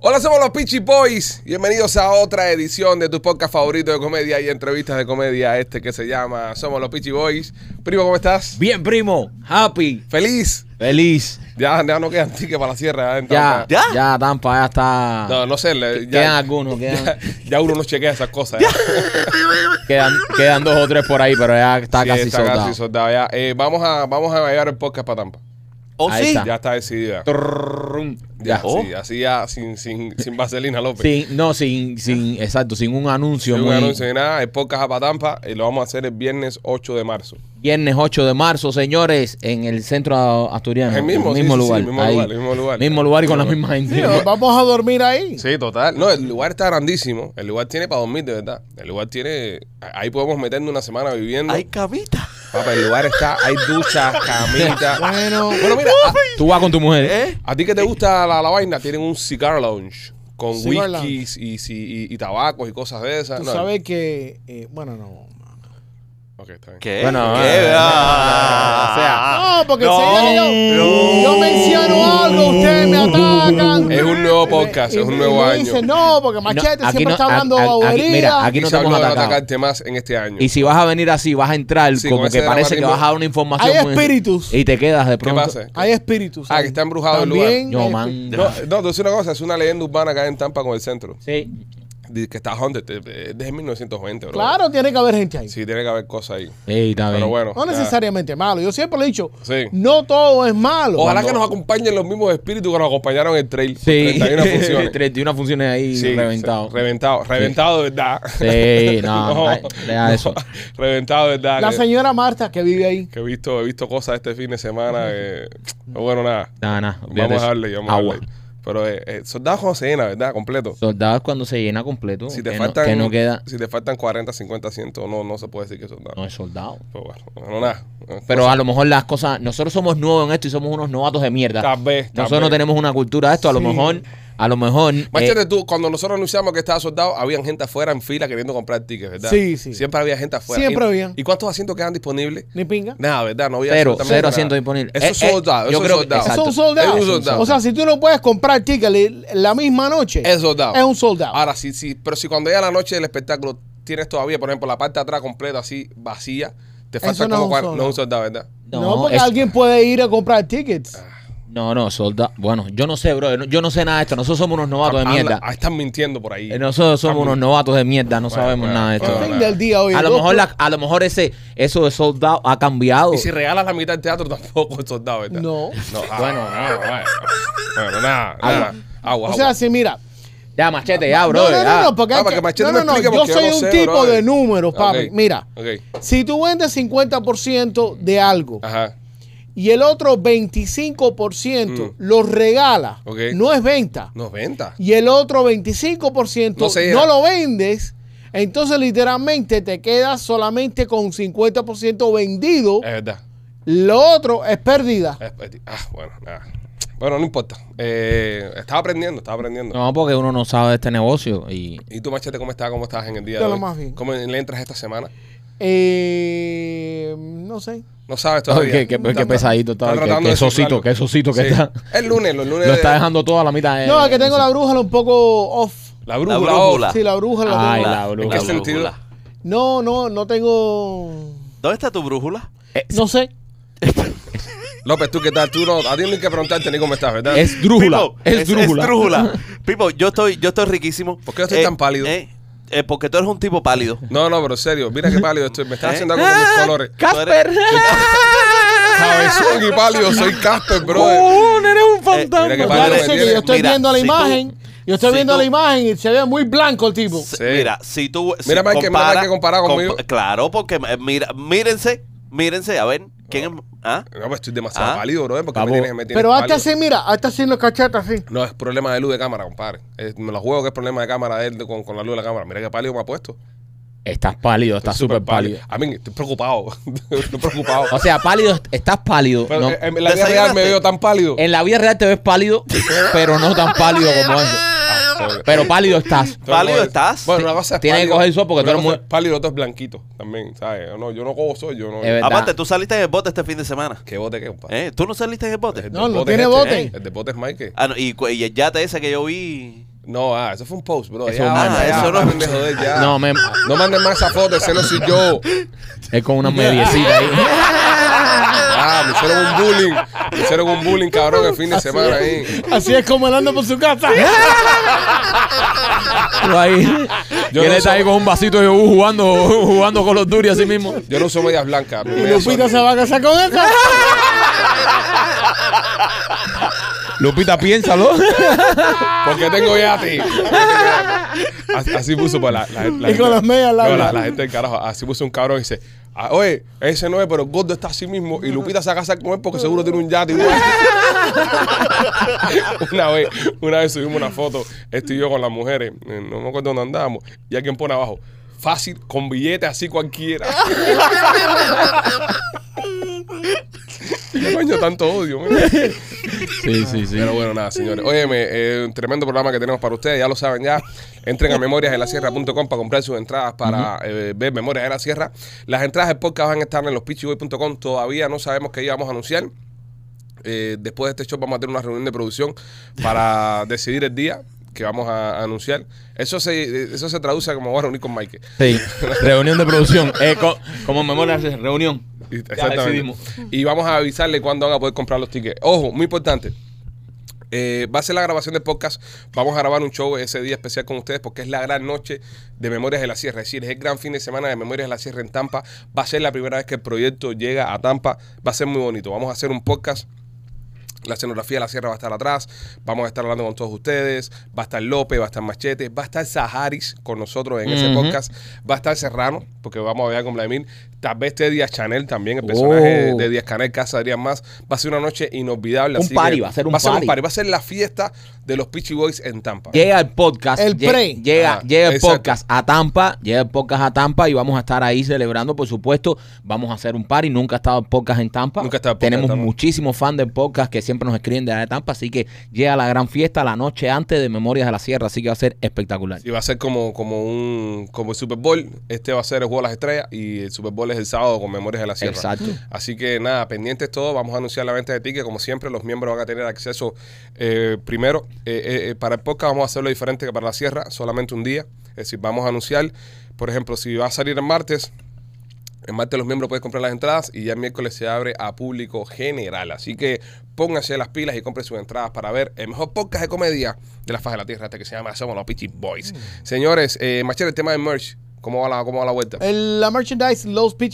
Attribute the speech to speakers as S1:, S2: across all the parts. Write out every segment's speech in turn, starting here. S1: Hola, somos los Peachy Boys. Bienvenidos a otra edición de tu podcast favorito de comedia y entrevistas de comedia, este que se llama Somos los Peachy Boys. Primo, ¿cómo estás?
S2: Bien, primo. Happy.
S1: ¡Feliz!
S2: Feliz.
S1: Ya, ya no quedan tickets para la sierra. ¿eh?
S2: Ya,
S1: Entonces,
S2: ya, Tampa, ya está.
S1: No, no sé. le-
S2: quedan
S1: Ya,
S2: algunos, quedan,
S1: ya, ya uno no chequea esas cosas. ¿eh?
S2: quedan, quedan dos o tres por ahí, pero ya está
S1: Sí,
S2: casi
S1: está
S2: soldado.
S1: casi soldado, ya. Eh, vamos, a, vamos a llevar el podcast para Tampa.
S3: ¿O
S2: Ahí
S3: Oh, sí?
S2: está.
S1: Ya está decidido. Ya,
S2: Ya.
S3: Oh.
S1: sí, así ya, sin, sin, sin vaselina, López.
S2: Sin- no, sin, sin, exacto, sin un anuncio.
S1: Sin un
S2: muy-
S1: anuncio ni nada, el podcast a Patampa y lo vamos a hacer el viernes 8 de marzo.
S2: Viernes 8 de marzo, señores, en el centro asturiano.
S1: El mismo, sí, sí, sí,
S2: lugar.
S1: mismo
S2: ahí.
S1: lugar, mismo lugar.
S2: Mismo lugar y con la misma gente.
S3: Vamos a dormir ahí.
S1: Sí, total. No, el lugar está grandísimo. El lugar tiene para dormir, de verdad. El lugar tiene. Ahí podemos meternos una semana viviendo.
S3: Hay camita.
S1: Papá, el lugar está. Hay duchas, camita.
S3: Bueno.
S1: Bueno, mira, ah, a,
S2: Tú vas con tu mujer.
S3: ¿Eh?
S1: a ti que te gusta la, la vaina, tienen un cigar lounge con
S4: Cigar
S1: whiskies y, si- y- y tabacos y cosas de esas.
S4: Tú
S1: Ah, No,
S4: sabes que. eh, bueno, no.
S1: Ok, está bien.
S3: ¿Qué?
S2: Bueno,
S3: ¿Qué?
S2: eh,
S3: Ah.
S4: No, porque
S3: No.
S4: enseguida yo,
S3: No.
S4: yo menciono algo, ustedes me atacan.
S1: Es un nuevo podcast,
S4: Y-
S1: es un
S4: y
S1: nuevo
S4: me
S1: año.
S4: Dicen, no, porque
S2: No,
S4: Machete
S2: aquí
S4: siempre
S2: no-
S4: está
S2: a-
S4: hablando
S2: a- aquí-
S4: bobería.
S2: Mira, aquí no
S1: se
S2: te hemos
S1: habló de
S2: atacado.
S1: atacarte más en este año.
S2: Y si vas a venir así, vas a entrar
S1: Sí, con
S2: como
S1: ese
S2: que parece que
S1: dramatismo.
S2: vas a dar una información.
S4: Hay
S2: muy-
S4: espíritus.
S2: Y te quedas de
S1: ¿Qué
S2: pronto.
S1: pasa?
S4: Hay espíritus.
S1: Ah,
S4: ahí.
S1: que está embrujado el
S4: También
S2: Yo,
S4: hay
S2: man.
S1: No, no, te una cosa, es una leyenda urbana acá en Tampa con el centro.
S2: Sí.
S1: Dice Que está Haunted, eh, desde 1920, bro.
S4: Claro, tiene que haber gente ahí.
S1: Sí, tiene que haber cosas ahí.
S2: Sí, está bien.
S1: Pero bueno.
S4: No
S1: ya.
S4: necesariamente malo. Yo siempre le he dicho,
S1: Sí.
S4: no todo es malo.
S1: Ojalá
S4: Cuando-
S1: que nos acompañen los mismos espíritus que nos acompañaron en el trail.
S2: Sí,
S1: 31 funciones.
S2: 31 funciones ahí
S1: Sí,
S2: reventado.
S1: sí, Reventado. Reventado de verdad.
S2: Sí,
S1: No,
S2: no, no, deja eso.
S1: reventado de verdad.
S4: La
S1: que-
S4: señora Marta que vive ahí.
S1: Que he visto, he visto cosas este fin de semana. que- pero bueno, nada.
S2: No, no,
S1: Vamos
S2: olvídate
S1: a
S2: eso.
S1: dejarle, vamos a
S2: Agua.
S1: darle. Pero eh, eh, soldado con cena, ¿verdad? Completo.
S2: Soldados cuando se llena completo.
S1: Si te
S2: que,
S1: faltan,
S2: no, que no queda.
S1: Si te faltan 40, 50, 100, no, no se puede decir que es soldado.
S2: No es soldado.
S1: Pero bueno, no nada.
S2: Pero a lo mejor las cosas. Nosotros somos nuevos en esto y somos unos novatos de mierda.
S1: Tal vez, tal
S2: Nosotros no
S1: vez.
S2: tenemos una cultura de esto. A lo mejor. A lo mejor. eh,
S1: Machete, tú, cuando nosotros anunciamos que estaba soldado, habían gente afuera en fila queriendo comprar tickets, ¿verdad?
S4: Sí, sí.
S1: Siempre había gente afuera.
S4: Siempre
S1: ¿Y-
S4: había.
S1: ¿Y cuántos asientos quedan disponibles?
S4: Ni pinga.
S1: Nada, ¿verdad? No había
S2: Cero,
S1: absolutamente
S2: cero
S1: nada.
S2: asientos disponibles.
S1: Eso es
S2: Eh, eh,
S1: soldado,
S2: yo
S1: eso es
S2: creo que-
S1: soldado.
S4: Es
S2: exacto.
S4: un soldado.
S1: Es un soldado.
S4: O sea, si tú no puedes comprar tickets la misma noche,
S1: Es soldado.
S4: es un soldado.
S1: Ahora, sí, sí, pero si cuando llega la noche del espectáculo tienes todavía, por ejemplo, la parte de atrás completa así, vacía, te
S4: Eso
S1: falta
S4: no es
S1: como
S4: un
S1: cuatro.
S4: soldado.
S1: No es un soldado, ¿verdad?
S4: No,
S2: no,
S4: porque
S2: es- Ah,
S4: alguien puede ir a comprar tickets.
S2: No, no, soldado. Bueno, yo no sé, bro. Yo no sé nada de esto. Nosotros somos unos novatos de
S1: Habla-
S2: mierda.
S1: ah, están mintiendo por ahí.
S2: Eh, Nosotros somos unos novatos de mierda. No sabemos
S1: bueno,
S2: nada de esto.
S1: bueno.
S4: El fin del día hoy.
S2: A lo
S4: dos
S2: mejor
S4: pro-
S2: la- a lo mejor ese eso de soldado ha cambiado.
S1: Y si regalas la mitad del teatro tampoco es soldado, ¿verdad?
S4: No.
S1: No, ah, bueno, no, bueno, bueno, nada, nada. Agua, agua.
S4: O sea, si mira.
S2: Ya, machete, ya, bro.
S4: no, no, no, no, porque
S1: Ah,
S4: hay
S1: para
S4: que-
S1: que Machete
S4: no,
S1: me
S4: no, no,
S1: explique
S4: yo
S1: porque yo
S4: soy
S1: no
S4: un
S1: sé,
S4: tipo
S1: brother.
S4: de números, papi.
S1: Ok.
S4: Mira,
S1: Ok.
S4: si tú vendes 50% de algo
S1: Ajá.
S4: y el otro 25% lo regala,
S1: Mm. Ok.
S4: no es venta,
S1: 90.
S4: y el otro 25%
S1: No
S4: no,
S1: se llena.
S4: lo vendes, entonces literalmente te quedas solamente con 50% vendido,
S1: Es verdad.
S4: lo otro es pérdida.
S1: Es- es- Ah, bueno, nada. Bueno, no importa. Eh, estaba aprendiendo, estaba aprendiendo.
S2: No, porque uno no sabe de este negocio. Y
S1: ¿Y tú, Machete, cómo estás? ¿Cómo estás en el día de
S4: De lo
S1: hoy?
S4: más bien.
S1: ¿Cómo le entras esta semana?
S4: Eh, no sé.
S1: No sabes todavía.
S2: Ay, qué- qué- qué
S1: Está-
S2: pesadito
S1: está
S2: está, qué-
S1: tratando
S2: qué
S1: de
S2: sosito,
S1: cifrarlo.
S2: qué sosito que está.
S1: El lunes, los lunes.
S2: lo
S1: de-
S2: está dejando toda la mitad. eh,
S4: No, es que tengo la brújula un poco off.
S1: La brújula.
S3: La brújula.
S4: Sí, la brújula la
S2: Ay,
S3: Oh.
S4: tengo.
S2: la
S1: ¿En qué
S2: brújula.
S1: sentido?
S4: No, no, no tengo.
S3: ¿Dónde está tu brújula?
S4: No sé.
S1: López, tú qué tal, tú no. A ti no hay que preguntarte ni cómo estás, ¿verdad?
S2: Es drújula.
S3: Pipo,
S2: es drújula.
S3: drújula. Pipo, yo estoy, yo estoy riquísimo.
S1: ¿Por qué yo estoy tan pálido?
S3: eh, eh, porque tú eres un tipo pálido.
S1: No, no, pero serio, mira qué pálido estoy. Me estás
S3: ¿Eh?
S1: haciendo algo con mis colores.
S2: Casper.
S1: Cabezón y pálido, soy Casper, bro.
S2: ¡Oh, eres un fantasma!
S1: mira qué
S2: Tú
S1: pálido
S2: eres-
S4: Parece que yo estoy
S3: Mira,
S4: viendo la
S3: si tú-
S4: imagen. yo estoy
S3: si
S4: viendo
S3: tú-
S4: la imagen y se ve muy blanco el tipo.
S3: Si-
S1: Sí.
S3: Mira, si tú. si
S1: Mira, Mike, que- mira, Mike, que compara conmigo.
S3: Claro, porque eh, mira, mírense, mírense, a ver, ¿quién es? ¿Ah?
S1: No, pues estoy demasiado
S3: Ah.
S1: pálido, bro, porque me
S2: Papo.
S1: tienes, me tienes
S4: Pero hasta
S1: pálido.
S4: así, mira, hasta así los cachetes así.
S1: No, es problema de luz de cámara, compadre. Es- me lo juego que es problema de cámara de él de- con, con la luz de la cámara. Mira qué pálido me ha puesto.
S2: Estás pálido, estás súper pálido.
S1: A mí, estoy preocupado. estoy preocupado.
S2: O sea, pálido, estás pálido.
S1: Pero,
S2: no-
S1: eh, en la vida real me
S3: ¿Desayunaste?
S1: veo tan pálido.
S2: en la vida real te ves pálido, pero no tan pálido como eso.
S1: Ah, joder.
S2: Pero pálido estás.
S3: ¿Pálido
S1: Entonces,
S3: estás?
S1: Bueno, una cosa es
S2: Tienes que
S1: pálido,
S2: coger sol porque
S1: una
S2: tú eres
S1: cosa
S2: muy-
S1: es Pálido, otro es blanquito también, ¿sabes? Yo no, yo no cojo sol, yo no...
S2: Es verdad. Eh,
S3: Aparte, tú saliste en el bote este fin de semana.
S1: ¿Qué bote qué, compadre?
S3: ¿Eh? ¿Tú no saliste en el bote?
S1: El
S4: No,
S1: del
S4: no
S1: bote es
S4: tiene
S1: este,
S4: bote.
S1: ¿eh? El de bote es Mike.
S3: Ah, no, y, cu- y el yate ese que yo vi.
S1: No, ah, eso fue un post, bro.
S2: Eso
S1: ya,
S2: es un
S1: basta,
S3: meme.
S1: ya,
S3: Ah, eso no.
S1: paren de joder, ya.
S2: No, me,
S1: No manden más esa foto, ese no soy yo.
S2: es con una mediecita ahí.
S1: Ah, me hicieron un bullying. Me hicieron un bullying, cabrón, el fin de semana ahí.
S4: Así es como él anda por su casa.
S2: Tú ahí.
S1: Yo
S2: y él
S1: no
S2: está
S1: soy-
S2: ahí con un vasito de yogur jugando, jugando con los duris así mismo.
S1: Yo no uso medias blancas. mis
S4: Y
S1: medias
S4: Lupita
S1: son-
S4: se va a casar con esa.
S2: Lupita, piénsalo.
S1: Porque tengo ya a ti. Así- Así puso para la, la- la
S4: Y con las medias
S1: No,
S4: largas.
S1: la, la gente del carajo. Así puso un cabrón y dice, "Ah, oye, ese no es, pero el gordo está así mismo. Y Lupita se va a casar con él porque seguro tiene un yate igual. una vez, una vez subimos una foto, estoy yo con las mujeres, eh, no me acuerdo dónde andábamos, y alguien pone abajo, fácil, con billete así cualquiera. ¿Qué coño tanto odio? mira?
S2: Sí, sí, sí.
S1: Pero bueno, nada, señores. Óyeme, eh, un tremendo programa que tenemos para ustedes, ya lo saben ya. Entren a memoriasdelasierra.com para comprar sus entradas para eh, ver Memorias de la Sierra. Las entradas del podcast van a estar en lospitchyboy.com. Todavía no sabemos qué íbamos a anunciar. Eh, después de este show vamos a tener una reunión de producción para decidir el día que vamos a anunciar. Eso se, eh, eso se traduce como voy a reunir con Mike.
S2: Sí, reunión de producción. Eh, co- como memoria, reunión. decidimos.
S1: Y vamos a avisarle cuándo van a poder comprar los tickets. Ojo, muy importante. Eh, va a ser la grabación del podcast. Vamos a grabar un show ese día especial con ustedes porque es la gran noche de Memorias de la Sierra. Es decir, es el gran fin de semana de Memorias de la Sierra en Tampa. Va a ser la primera vez que el proyecto llega a Tampa. Va a ser muy bonito. Vamos a hacer un podcast. La escenografía de la sierra va a estar atrás. Vamos a estar hablando con todos ustedes. Va a estar López, va a estar Machete, va a estar Saharis con nosotros en ese
S2: Ujú.
S1: podcast. Va a estar Serrano, porque vamos a ver con Vladimir. Tal vez esté Díaz Chanel también, el personaje
S2: Oh.
S1: de Díaz Canel, Casa Adrián Más. Va a ser una noche inolvidable.
S2: Un
S1: así
S2: party,
S1: que
S2: va a ser un party.
S1: Va a ser la fiesta de los Peachy Boys en Tampa.
S2: Llega el podcast.
S4: El
S2: lle-
S4: pre.
S2: Llega,
S1: Ah,
S2: llega el
S1: exacto.
S2: podcast a Tampa. Llega el podcast a Tampa y vamos a estar ahí celebrando, por supuesto. Vamos a hacer un party. Nunca ha estado el podcast en Tampa.
S1: Nunca ha estado el podcast
S2: Tenemos
S1: en Tampa.
S2: muchísimos fans del podcast que siempre nos escriben de allá de Tampa. Así que llega la gran fiesta la noche antes de Memorias de la Sierra. Así que va a ser espectacular.
S1: Y va a ser como, como un como el Super Bowl. Este va a ser el juego de las estrellas y el Super Bowl es el sábado con Memorias de la Sierra.
S2: Exacto.
S1: Así que nada, pendientes todos. Vamos a anunciar la venta de tickets. Como siempre, los miembros van a tener acceso eh, primero. eh, eh, eh, para el podcast vamos a hacerlo diferente que para la Sierra, solamente un día. Es decir, vamos a anunciar, por ejemplo, si va a salir el martes, el martes los miembros pueden comprar las entradas y ya el miércoles se abre a público general. Así que pónganse las pilas y compren sus entradas para ver el mejor podcast de comedia de la faz de la tierra, este que se llama Somos los Pitchy Boys.
S4: Mm.
S1: Señores, eh, Machete, el tema de merch, ¿cómo va la, cómo va la vuelta?
S4: El- la merchandise,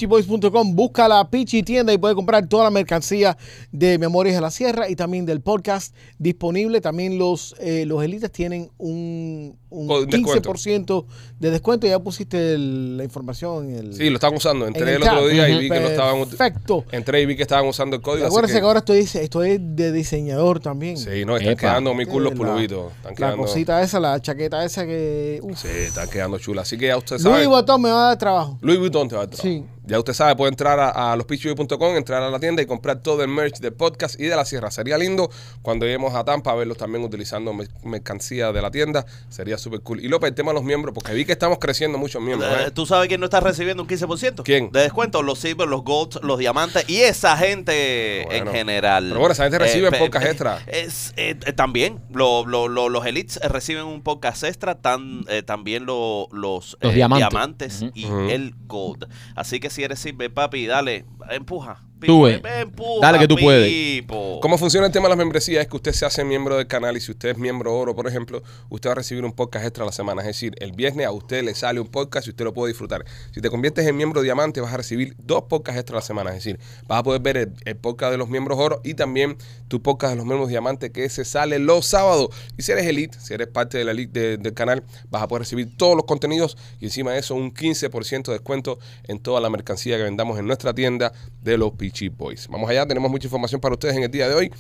S4: lospitchyboys.com. Busca la Pitchy tienda y puede comprar toda la mercancía de Memorias de la Sierra y también del podcast disponible. También los, eh, los elites tienen un, un
S1: Con descuento.
S4: 15% de descuento. Ya pusiste el- la información en el.
S1: Sí, lo estaban usando.
S4: en
S1: Entré el,
S4: chat.
S1: otro día y
S4: Ujú.
S1: vi que lo estaban ut-
S4: Perfecto.
S1: Entré y vi que estaban usando el código. así
S4: Acuérdense que...
S1: que-
S4: ahora estoy, estoy de diseñador también.
S1: Sí, no, están
S2: Epa.
S1: quedando mi culo
S4: La-
S1: los pulubitos. Están
S4: La
S1: quedando.
S4: cosita esa, la chaqueta esa que. uf.
S1: Sí, están quedando chulas. Así que ya usted sabe.
S4: Luis Botón me va a dar trabajo.
S1: Louis Vuitton te va a dar trabajo.
S4: Sí.
S1: Ya usted sabe, puede entrar a, a lospitchyboy.com, entrar a la tienda y comprar todo el merch del podcast y de la sierra. Sería lindo cuando lleguemos a Tampa verlos también utilizando mer- mercancía de la tienda. Sería súper cool. Y López, el tema de los miembros, porque vi que estamos creciendo muchos miembros.
S3: Eh,
S1: ¿eh?
S3: ¿Tú sabes quién no está recibiendo un 15%?
S1: ¿Quién?
S3: De descuento, los silver, los golds, los diamantes y esa gente
S1: Bueno.
S3: en general. Eh,
S1: Pero bueno, esa gente recibe
S3: pe-
S1: podcast
S3: pe-
S1: extra.
S3: es, eh, eh, también, lo- lo- lo- los elites eh, reciben un podcast extra, tan, eh, también lo- los,
S2: Los
S3: eh,
S2: diamantes. Ujú.
S3: y
S1: Ujú.
S3: el gold. Así que si eres silver, papi, dale, empuja.
S2: Tú, eh,
S3: empuja,
S2: dale que tú puedes.
S3: pipo.
S1: ¿Cómo funciona el tema de las membresías? Es que usted se hace miembro del canal y si usted es miembro oro, por ejemplo, usted va a recibir un podcast extra a la semana. Es decir, el viernes a usted le sale un podcast y usted lo puede disfrutar. Si te conviertes en miembro diamante, vas a recibir dos podcasts extra a la semana. Es decir, vas a poder ver el, el podcast de los miembros oro y también tu podcast de los miembros diamante que se sale los sábados. Y si eres elite, si eres parte de la elite de- del canal, vas a poder recibir todos los contenidos y encima de eso un 15% de descuento en toda la mercancía que vendamos en nuestra tienda de los Peachy Boys. Vamos allá, tenemos mucha información para ustedes en el día de hoy.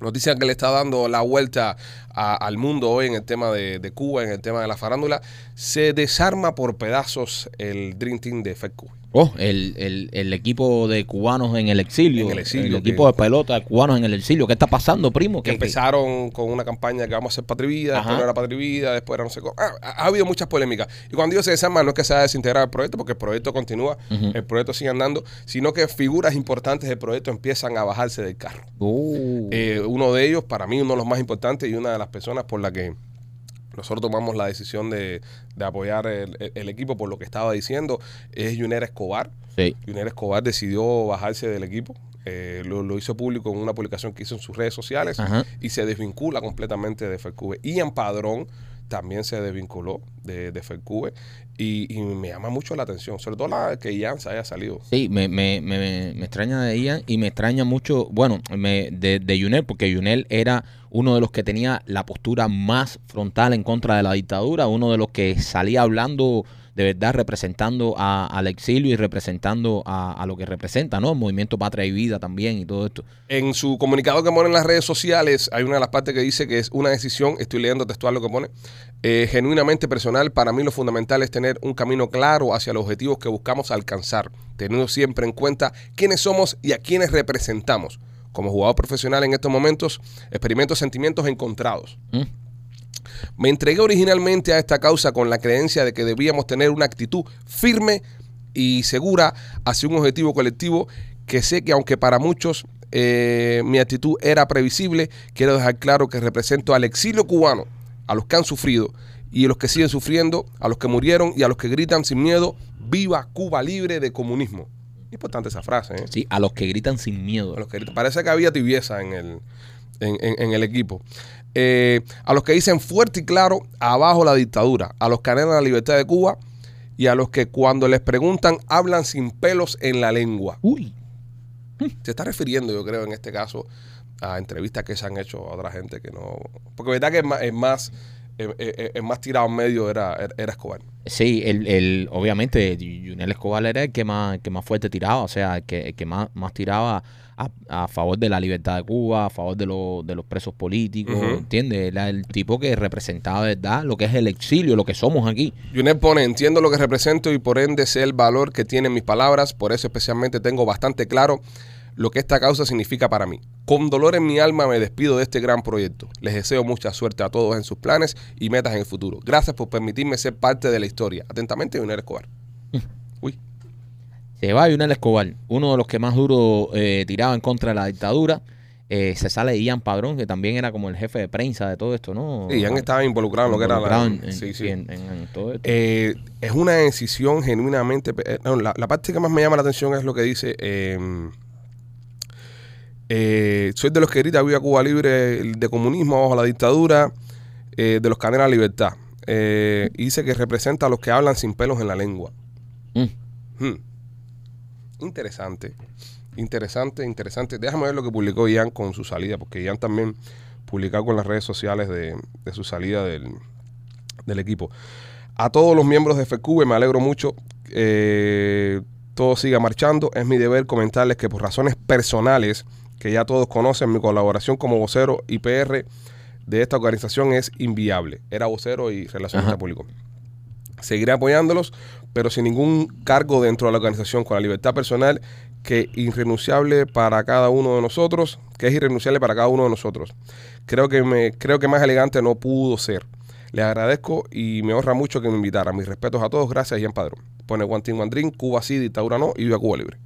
S1: Noticia que le está dando la vuelta a- al mundo hoy en el tema de, de Cuba, en el tema de la farándula. Se desarma por pedazos el Dream Team de FECU.
S2: Oh, el, el- el equipo de cubanos en el exilio.
S1: En el exilio, que-
S2: equipo de pelota de cubanos en el exilio. ¿Qué está pasando, primo?
S1: Que
S2: ¿Qué- qué-
S1: empezaron con una campaña que vamos a hacer patria y vida, después
S2: Ajá.
S1: no era patria y vida, después era no sé cómo. Ah, ha, ha habido muchas polémicas. Y cuando ellos se desarman, no es que se haya desintegrado el proyecto, porque el proyecto continúa, el proyecto sigue andando, sino que figuras importantes del proyecto empiezan a bajarse del carro.
S2: Oh.
S1: Eh, uno de ellos, para mí, uno de los más importantes y una de las personas por la que Nosotros tomamos la decisión de, de apoyar el, el- el equipo por lo que estaba diciendo. Es Junera Escobar.
S2: Sí.
S1: Junera Escobar decidió bajarse del equipo. Eh, lo, lo hizo público en una publicación que hizo en sus redes sociales
S2: Ajá.
S1: y se desvincula completamente de FECUBE. Ian Padrón también se desvinculó de, de FECUBE y, y me llama mucho la atención, sobre todo la que Ian se haya salido.
S2: Sí, me, me, me, me- me extraña de Ian y me extraña mucho, bueno, me, de, de Yunel, porque Yunel era uno de los que tenía la postura más frontal en contra de la dictadura, uno de los que salía hablando de verdad representando a- al exilio y representando a, a lo que representa, ¿no? El movimiento Patria y Vida también y todo esto.
S1: En su comunicado que pone en las redes sociales, hay una de las partes que dice que es una decisión, estoy leyendo textual lo que pone, eh, genuinamente personal, para mí lo fundamental es tener un camino claro hacia los objetivos que buscamos alcanzar, teniendo siempre en cuenta quiénes somos y a quiénes representamos. Como jugador profesional en estos momentos, experimento sentimientos encontrados.
S2: Mm.
S1: Me entregué originalmente a esta causa con la creencia de que debíamos tener una actitud firme y segura hacia un objetivo colectivo que sé que aunque para muchos eh, mi actitud era previsible, quiero dejar claro que represento al exilio cubano, a los que han sufrido y a los que siguen sufriendo, a los que murieron y a los que gritan sin miedo, viva Cuba libre de comunismo. Importante esa frase. ¿eh?
S2: Sí, a los que gritan sin miedo.
S1: A los que gritan. Parece que había tibieza en el, en, en- en el equipo. Eh, a los que dicen fuerte y claro, abajo la dictadura. A los que anhelan la libertad de Cuba y a los que cuando les preguntan hablan sin pelos en la lengua.
S2: Uy,
S1: Se está refiriendo, yo creo, en este caso, a entrevistas que se han hecho a otra gente que no. Porque verdad que es más, es más, eh, eh, es más tirado en medio era, era, era Escobar.
S2: Sí, el, el, obviamente Junel Escobar era el que más, el que más fuerte tiraba, o sea, el que, el que más, más tiraba a, a favor de la libertad de Cuba, a favor de, los de los presos políticos,
S1: Ujú.
S2: ¿entiendes? Era el tipo que representaba, de ¿verdad? Lo que es el exilio, lo que somos aquí.
S1: Junet pone, entiendo lo que represento y por ende sé el valor que tienen mis palabras, por eso especialmente tengo bastante claro lo que esta causa significa para mí. Con dolor en mi alma me despido de este gran proyecto. Les deseo mucha suerte a todos en sus planes y metas en el futuro. Gracias por permitirme ser parte de la historia. Atentamente, Junet Escobar. Uy,
S2: Se va Junel Escobar, uno de los que más duro eh, tiraba en contra de la dictadura. Eh, se sale Ian Padrón, que también era como el jefe de prensa de todo esto, ¿no? Ah,
S1: y han estado involucrados en lo que era la...
S2: Oh, Involucrado en- en-
S1: sí, sí.
S2: sí, en- en- en todo esto.
S1: Eh, es una decisión genuinamente. pe- eh, no, la, la parte que más me llama la atención es lo que dice. eh, eh, soy de los que grita viva Cuba libre el de comunismo bajo la dictadura, eh, de los que anhelan libertad. Eh, y dice que representa a los que hablan sin pelos en la lengua.
S2: Mm.
S1: Hmm. Interesante. Interesante, interesante. Déjame ver lo que publicó Ian con su salida, porque Ian también publicó con las redes sociales de, de su salida del, del equipo. A todos los miembros de FQV me alegro mucho. eh, todo siga marchando. Es mi deber comentarles que por razones personales, que ya todos conocen, mi colaboración como vocero y PR de esta organización es inviable. Era vocero y relacionista
S2: Ajá.
S1: público. Seguiré apoyándolos, pero sin ningún cargo dentro de la organización, con la libertad personal que irrenunciable para cada uno de nosotros, que es irrenunciable para cada uno de nosotros. Creo que me, creo que más elegante no pudo ser. Les agradezco y me honra mucho que me invitaran. Mis respetos a todos, gracias Ian Padrón. Pone One Team One Dream, Cuba sí, dictadura no y viva Cuba libre.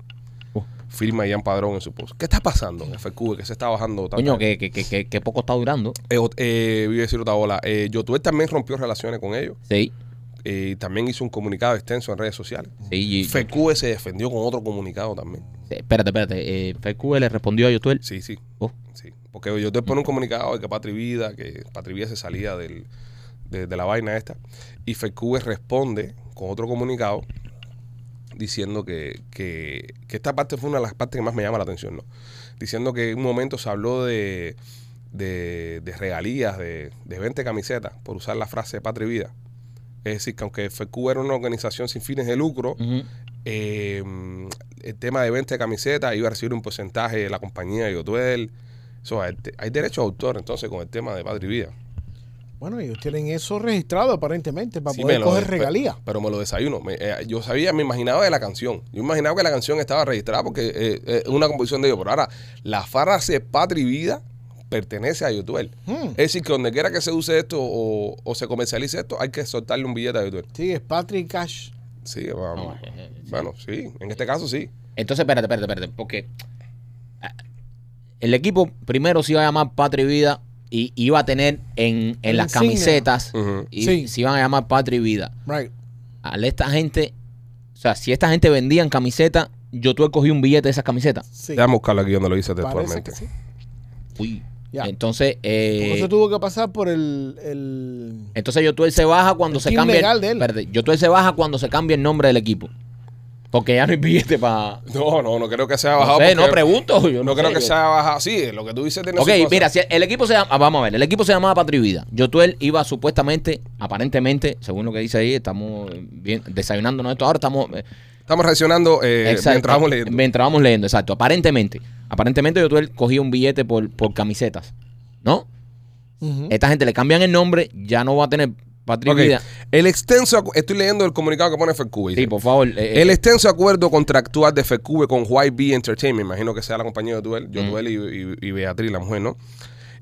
S2: Oh.
S1: Firma Ian Padrón en su post. ¿Qué está pasando en FQV que se está bajando tanto?
S2: Coño, que, que, que, que- que poco está durando.
S1: Eh, ot- eh, iba a decir otra bola. Eh, Yotuel también rompió relaciones con ellos.
S2: Sí,
S1: Eh, también hizo un comunicado extenso en redes sociales.
S2: sí. y-
S1: FQV se defendió con otro comunicado también.
S2: Eh, Espérate, espérate. Eh, FQ le respondió a Yotuel.
S1: Sí, sí.
S2: Oh.
S1: sí. Porque yo te pongo un comunicado de que Patri Vida, que Patri Vida se salía del, de, de la vaina esta. Y FECUBE responde con otro comunicado diciendo que, que, que esta parte fue una de las partes que más me llama la atención, ¿no? Diciendo que en un momento se habló de, de, de regalías, de, de 20 camisetas, por usar la frase de Patri Vida. Es decir, que aunque FECUBE era una organización sin fines de lucro,
S2: Ujú.
S1: eh, el tema de venta de camisetas iba a recibir un porcentaje de la compañía de Yotuel. Eso, hay, hay derecho de autor entonces con el tema de Padre y Vida.
S4: Bueno, ellos tienen eso registrado aparentemente para
S1: Sí,
S4: poder
S1: me lo-
S4: coger
S1: pe-
S4: regalías.
S1: Pero, me lo desayuno. Me- eh, yo sabía, me imaginaba de la canción. Yo imaginaba que la canción estaba registrada porque eh, eh, es una composición de ellos. Pero ahora, la frase Patria y Vida pertenece a Yotuel.
S4: Mm.
S1: Es decir, que donde quiera que se use esto o, o se comercialice esto, hay que soltarle un billete a Yotuel.
S4: Sí, es Patrick Cash.
S1: Sí, vamos.
S2: eh, eh,
S1: bueno, sí. En este caso, sí.
S2: Entonces, espérate, espérate, espérate. Porque ah, el equipo primero se iba a llamar Patria y Vida y iba a tener en, en
S4: La
S2: las
S4: insignia.
S2: camisetas
S1: Ujú.
S2: y
S4: Sí.
S2: se iban a llamar Patria y Vida.
S4: Right.
S2: A esta gente, o sea, si esta gente vendía en camisetas, yo tuve cogí un billete de esas camisetas.
S4: Sí.
S1: Déjame buscarlo aquí donde lo hice
S4: Parece que
S1: textualmente.
S4: sí.
S2: Uy.
S4: Ya.
S2: Entonces, eh,
S4: Porque eso tuvo que pasar por el. el-
S2: entonces yo tuve se baja cuando
S4: El
S2: se
S4: team
S2: cambia.
S4: legal de él.
S2: Espérate, yo tuve se baja cuando se cambia el nombre del equipo. Porque ya no hay billete para.
S1: No, no, no creo que se haya
S2: No,
S1: bajado.
S2: sé, no
S1: porque-
S2: pregunto. Yo
S1: No creo
S2: sé,
S1: que
S2: yo-
S1: se haya bajado. Sí, lo que tú dices tiene
S2: Ok,
S1: su cosa.
S2: mira, si el equipo se llama, ah, vamos a ver, el equipo se llamaba Patria y Vida. Yotuel iba supuestamente, aparentemente, según lo que dice ahí, estamos eh, bien desayunándonos esto ahora, estamos eh,
S1: Estamos reaccionando eh,
S2: exacto,
S1: mientras vamos leyendo.
S2: mientras vamos leyendo, exacto, aparentemente. Aparentemente Yotuel cogía un billete por, por camisetas, ¿no?
S4: Ujú.
S1: eh,
S2: Esta gente le cambian el nombre, ya no va a tener Patria y
S1: Ok,
S2: Vida.
S1: El extenso. acu- Estoy leyendo el comunicado que pone FECUBE.
S2: Sí, por favor. eh,
S1: El
S2: eh,
S1: extenso acuerdo contractual de FECUBE con YB Entertainment, imagino que sea la compañía de Duel, yo
S2: Mm.
S1: Duel y, y- y Beatriz, la mujer, ¿no?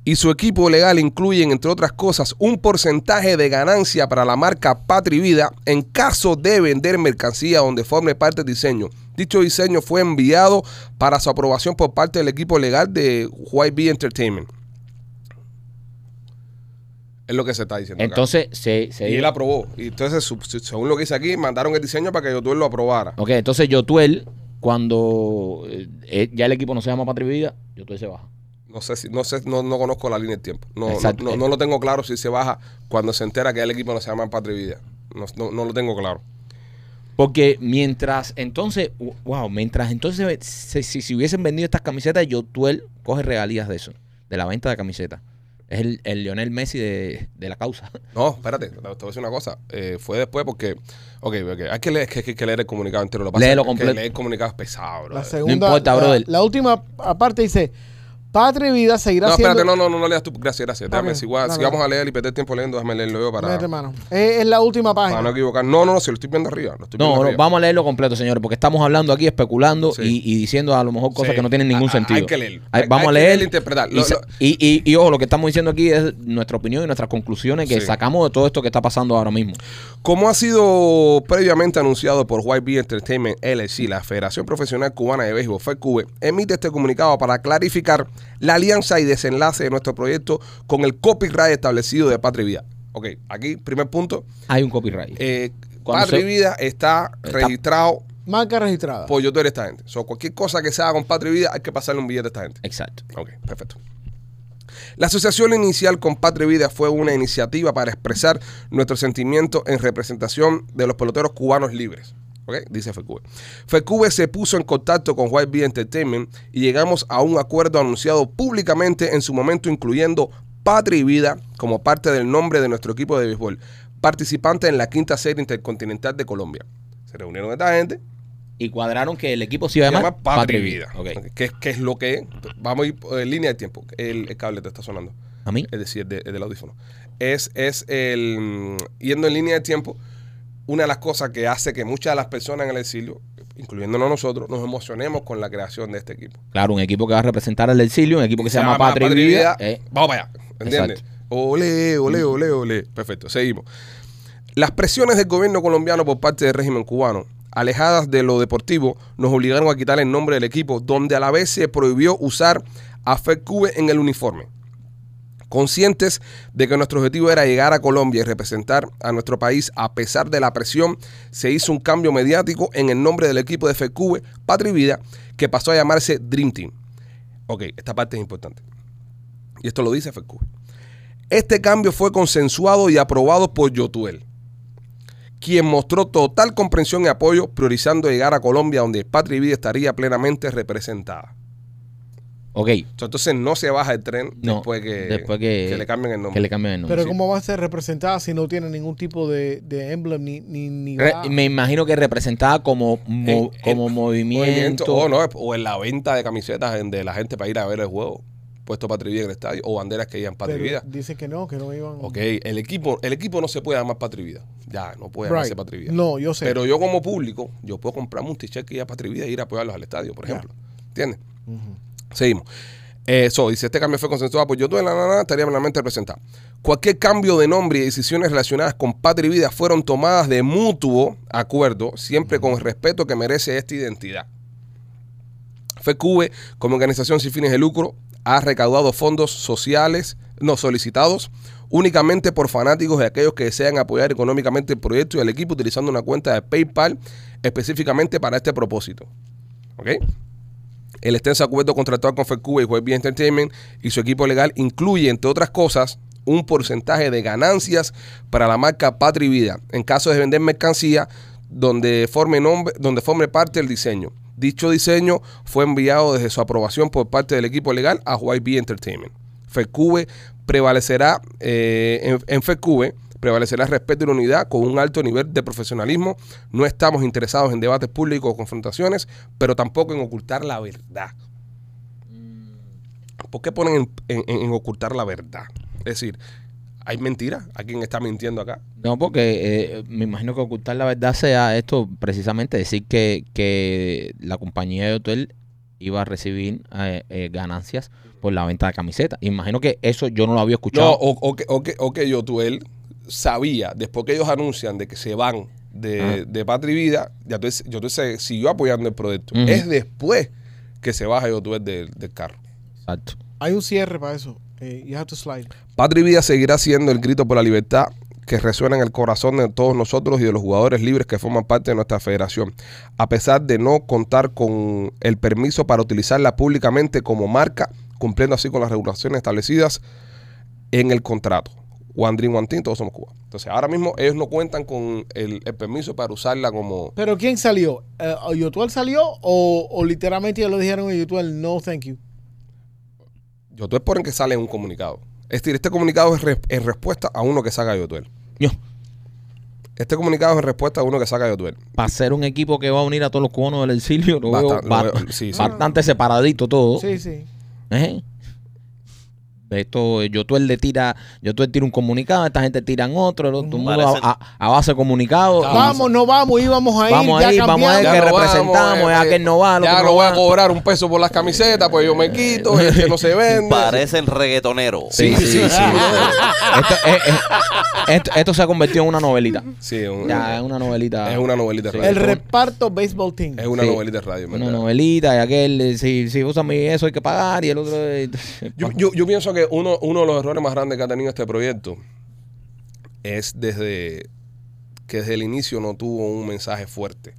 S1: Y su equipo legal incluyen, entre otras cosas, un porcentaje de ganancia para la marca Patri Vida en caso de vender mercancía donde forme parte el diseño. Dicho diseño fue enviado para su aprobación por parte del equipo legal de YB Entertainment. Es lo que se está diciendo. acá.
S2: eh, entonces, eh, se, se-
S1: y él aprobó. Y entonces, su- su- según lo que dice aquí, mandaron el diseño para que Duel lo aprobara.
S2: ok, entonces Yotuel, cuando eh, eh, ya el equipo no se llama Patria y Vida, Yotuel se baja.
S1: No sé si, no sé, no, no conozco la línea del tiempo. No, no,
S2: Exacto.
S1: no, no lo tengo claro si se baja cuando se entera que el equipo no se llama Patria y Vida. No, no, no lo tengo claro.
S2: Porque mientras entonces, wow, mientras entonces se- si, si hubiesen vendido estas camisetas, Yotuel coge regalías de eso, de la venta de camisetas. Es el, el Lionel Messi de, de la causa.
S1: No, espérate, te te voy a decir una cosa. Eh, fue después porque. Ok, ok, hay que leer, es que, hay que leer el comunicado entero. Lo que pasa
S2: Léelo
S1: es que
S2: completo.
S1: leer el comunicado es pesado, bro.
S4: La segunda.
S2: importa,
S4: la-
S2: brother.
S4: La, última parte dice: Patria y vida seguirá
S1: No, espérate,
S4: siendo.
S1: no, no, no, no leas tú. Gracias, gracias. Déjame,
S4: Ok,
S1: si, voy a-
S4: dale,
S1: si vamos a leer y perder tiempo leyendo, déjame leerlo yo para,
S4: Mete mano. Es, es la última
S1: para no
S4: página.
S1: equivocar. No, no, no, si lo estoy viendo arriba. Lo estoy viendo
S2: No, no,
S1: arriba.
S2: vamos a leerlo completo, señores, porque estamos hablando aquí, especulando
S1: Sí.
S2: y, y diciendo a lo mejor cosas
S1: Sí.
S2: que no tienen ningún
S1: Ah, ah,
S2: sentido.
S1: hay que leer.
S2: Ay,
S1: Hay-
S2: vamos
S1: hay
S2: a
S1: que
S2: leer.
S1: leer e interpretar.
S2: Y,
S1: Lo-
S2: sa-
S1: lo-
S2: y- y- y ojo, lo que estamos diciendo aquí es nuestra opinión y nuestras conclusiones que
S1: Sí.
S2: sacamos de todo esto que está pasando ahora mismo.
S1: Como ha sido previamente anunciado por YB Entertainment LLC, la Federación Profesional Cubana de Béisbol E FECUBE, emite este comunicado para clarificar la alianza y desenlace de nuestro proyecto con el copyright establecido de Patria y Vida. Ok, aquí, primer punto.
S2: Hay un copyright.
S1: Eh,
S2: Cuando
S1: Patria y
S2: se-
S1: Vida está, registrado
S4: Marca registrada.
S1: por YouTube de esta gente. O sea, cualquier cosa que se haga con Patria y Vida hay que pasarle un billete a esta gente.
S2: Exacto.
S1: Ok, perfecto. La asociación inicial con Patria y Vida fue una iniciativa para expresar nuestro sentimiento en representación de los peloteros cubanos libres. ¿ok? Dice FECUBE. FECUBE se puso en contacto con White Bee Entertainment y llegamos a un acuerdo anunciado públicamente en su momento, incluyendo Patria y Vida como parte del nombre de nuestro equipo de béisbol, participante en la quinta serie intercontinental de Colombia. Se reunieron esta gente,
S2: Y cuadraron que el equipo se iba a
S1: se
S2: llamar
S1: llama Patria y Vida.
S2: Ok.
S1: ¿Qué, qué es lo que es? Vamos a ir en línea de tiempo. El, el cable te está sonando.
S2: ¿A mí?
S1: Es decir, de- del audífono. Es, es el. mm, Yendo en línea de tiempo, una de las cosas que hace que muchas de las personas en el exilio, incluyéndonos nosotros, nos emocionemos con la creación de este equipo.
S2: Claro, un equipo que va a representar al exilio, un equipo que se, llama, Patria y Vida. eh,
S1: Vamos para allá. ¿Entiendes?
S2: Exacto.
S1: Ole, ole, ole, ole. Perfecto, seguimos. Las presiones del gobierno colombiano por parte del régimen cubano, alejadas de lo deportivo, nos obligaron a quitar el nombre del equipo, donde a la vez se prohibió usar a FECUBE en el uniforme. Conscientes de que nuestro objetivo era llegar a Colombia y representar a nuestro país a pesar de la presión, se hizo un cambio mediático en el nombre del equipo de FECUBE, Patria y Vida, que pasó a llamarse Dream Team. Ok, esta parte es importante. Y esto lo dice FECUBE. Este cambio fue consensuado y aprobado por Yotuel, quien mostró total comprensión y apoyo, priorizando llegar a Colombia, donde Patria y Vida estaría plenamente representada.
S2: ok,
S1: O sea, Entonces no se baja el tren
S2: No,
S1: después, que,
S2: después que-
S1: que le cambien el
S2: que
S1: nombre.
S2: le cambian el nombre.
S4: Pero
S1: sí.
S4: ¿cómo va a ser representada si no tiene ningún tipo de, de emblem ni, ni, ni
S2: Re-
S4: va-
S2: Eh, me imagino que representada como, mo-
S1: En-
S2: como
S1: en-
S2: movimiento.
S1: Eh, o, oh, no, o en la venta de camisetas en- de la gente para ir a ver el juego, puesto Patria y Vida en el estadio, o banderas que digan Patria y
S4: pero
S1: Vida.
S4: Dice que no, que no iban.
S1: Ok, el equipo, el equipo no se puede llamar Patria y Vida. Ya, no puede
S4: Right.
S1: llamarse pues, Patria y Vida.
S4: No, yo sé.
S1: Pero yo como público, yo puedo comprarme un t-shirt que diga Patria y Vida e ir a apoyarlos al estadio, por
S4: Ya.
S1: ejemplo. ¿Entiendes?
S4: Ujú.
S1: Seguimos. Eh, so, dice, este cambio fue consensuado por YouTube en la nana, estaría plenamente representada. Cualquier cambio de nombre y decisiones relacionadas con Patria y Vida fueron tomadas de mutuo acuerdo, siempre con el respeto que merece esta identidad. FECUBE, como organización sin fines de lucro, ha recaudado fondos sociales no solicitados únicamente por fanáticos de aquellos que desean apoyar económicamente el proyecto y el equipo utilizando una cuenta de PayPal específicamente para este propósito. ¿Ok? El extenso acuerdo contractual con FedCuba y WebBeat Entertainment y su equipo legal incluye, entre otras cosas, un porcentaje de ganancias para la marca Patri Vida en caso de vender mercancía donde forme, nombre- donde forme parte el diseño. Dicho diseño fue enviado desde su aprobación por parte del equipo legal a YB Entertainment. FedCube prevalecerá eh, en, en FedCube prevalecerá el respeto y la unidad con un alto nivel de profesionalismo. No estamos interesados en debates públicos o confrontaciones, pero tampoco en ocultar la verdad. ¿Por qué ponen en, en- en ocultar la verdad? Es decir, hay mentiras. ¿A quién está mintiendo acá?
S2: No, porque eh, me imagino que ocultar la verdad sea esto, precisamente decir que, que la compañía de hotel iba a recibir eh, eh, ganancias por la venta de camisetas. Imagino que eso yo no lo había
S1: No,
S2: escuchado.
S1: o, o que, o, que, o que Yotuel sabía, después que ellos anuncian de que se van de,
S2: Ajá.
S1: de Patri Vida, Yotuel, se- Yotuel se siguió apoyando el proyecto.
S2: Ujú.
S1: Es después que se baja Yotuel del, del carro.
S2: Exacto.
S4: Hay un cierre para eso. Eh, you have to slide.
S1: Patri Vida seguirá siendo el grito por la libertad que resuena en el corazón de todos nosotros y de los jugadores libres que forman parte de nuestra federación. A pesar de no contar con el permiso para utilizarla públicamente como marca, cumpliendo así con las regulaciones establecidas en el contrato. One Dream, One Team, todos somos Cuba. Entonces, ahora mismo ellos no cuentan con el, el permiso para usarla como...
S4: Pero ¿quién salió? Eh, ¿o ¿Yotuel salió o, o literalmente ya lo dijeron a Yotuel? No, thank you.
S1: Yotuel por el que sale en un comunicado. Es decir, este comunicado es re- en respuesta a uno que saca Yotuel.
S2: Yo,
S1: Este comunicado es en respuesta a uno que saca Yotuel.
S2: para ser un equipo que va a unir a todos los cubanos del exilio, lo veo
S1: Bastan- lo
S2: ba-
S1: veo- sí, sí.
S2: bastante separadito todo.
S4: Sí, sí.
S2: Ejé. Esto, eh, Yotuel le tira, Yotuel tira un comunicado, esta gente tiran otro, el otro, todo el mundo
S3: Parece-
S2: a, a- a base de comunicado.
S4: Vamos, no vamos, íbamos a ir.
S2: Oh. Vamos
S4: ya
S2: ahí, vamos
S4: cambiamos.
S2: a ver
S1: Ya
S2: que
S1: no vamos,
S2: representamos,
S1: eh,
S2: es aquel no va, el
S1: Ya
S2: otro
S1: no
S2: no
S1: voy
S2: va.
S1: a cobrar un peso por las camisetas, pues yo me quito, este no se vende.
S3: Parece el reggaetonero.
S1: Sí, sí, sí. Sí,
S2: Esto, eh, eh, esto- esto se ha convertido en una novelita.
S1: Sí, un-
S2: Ya, es una novelita.
S1: es una novelita de
S2: Sí.
S1: radio.
S4: El reparto baseball team.
S1: es una
S2: Sí.
S1: novelita de radio. en
S2: Una
S1: verdad.
S2: novelita, y aquel, eh, si, si usa mi eso hay que pagar, y el otro. eh,
S1: Yo, yo- yo pienso que uno, uno de los errores más grandes que ha tenido este proyecto es desde que desde el inicio no tuvo un mensaje fuerte,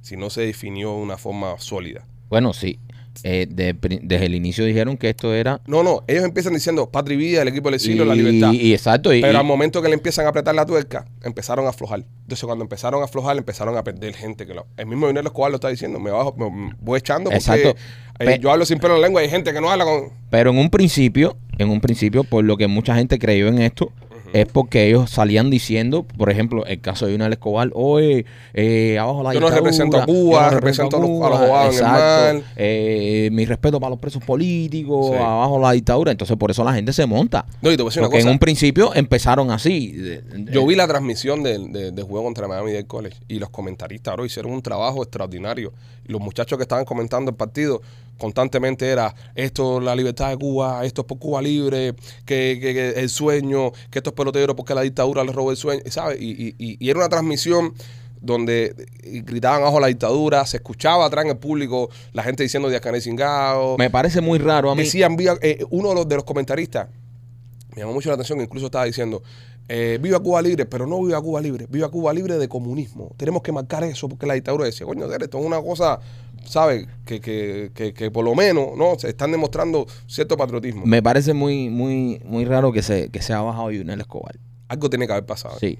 S1: si no se definió de una forma sólida.
S2: Bueno, sí. eh, de pri- desde el inicio dijeron que esto era.
S1: No, no, ellos empiezan diciendo Patri Vida, el equipo del exilio, la
S2: y-
S1: libertad.
S2: Y, exacto. Y,
S1: Pero
S2: y-
S1: al momento que le empiezan a apretar la tuerca, empezaron a aflojar. Entonces, cuando empezaron a aflojar, empezaron a perder gente. que lo- El mismo Dinero Escobar lo está diciendo. Me bajo, me- me voy echando porque
S2: Exacto.
S1: eh,
S2: Pe-
S1: yo hablo sin pelo en la lengua. y Hay gente que no habla con...
S2: Pero en un principio, en un principio, por lo que mucha gente creyó en esto, es porque ellos salían diciendo, por ejemplo, el caso de Yunel Escobar, oye, eh, abajo la
S1: Yo no
S2: dictadura,
S1: represento a Cuba,
S2: yo no
S1: represento a los- a los abogados en el
S2: exacto,
S1: mal".
S2: eh, mi respeto para los presos políticos,
S1: Sí.
S2: abajo la dictadura, entonces por eso la gente se monta.
S1: No, y te voy a decir una
S2: Porque en
S1: cosa.
S2: un principio empezaron así. de- de-
S1: Yo vi la transmisión del de, del juego contra Miami Dade College y los comentaristas ahora hicieron un trabajo extraordinario. Y los muchachos que estaban comentando el partido constantemente era esto la libertad de Cuba, esto es por Cuba libre, que, que- que el sueño, que estos peloteros porque la dictadura les robó el sueño, ¿sabes? Y, y- y- y era una transmisión donde eh, gritaban bajo la dictadura, se escuchaba atrás en el público la gente diciendo Díaz Canel Cingao,
S2: me parece muy raro a mí.
S1: Decían, viva- eh, uno de los, de los comentaristas me llamó mucho la atención que incluso estaba diciendo, eh, viva Cuba libre, pero no viva Cuba libre, viva Cuba libre de comunismo. Tenemos que marcar eso porque la dictadura decía, coño, Derek, esto es una cosa, ¿sabes? Que, que, que, que por lo menos, ¿no? Se están demostrando cierto patriotismo.
S2: Me parece muy, muy, muy raro que se, que se ha bajado Yunel Escobar.
S1: Algo tiene que haber pasado.
S2: Sí,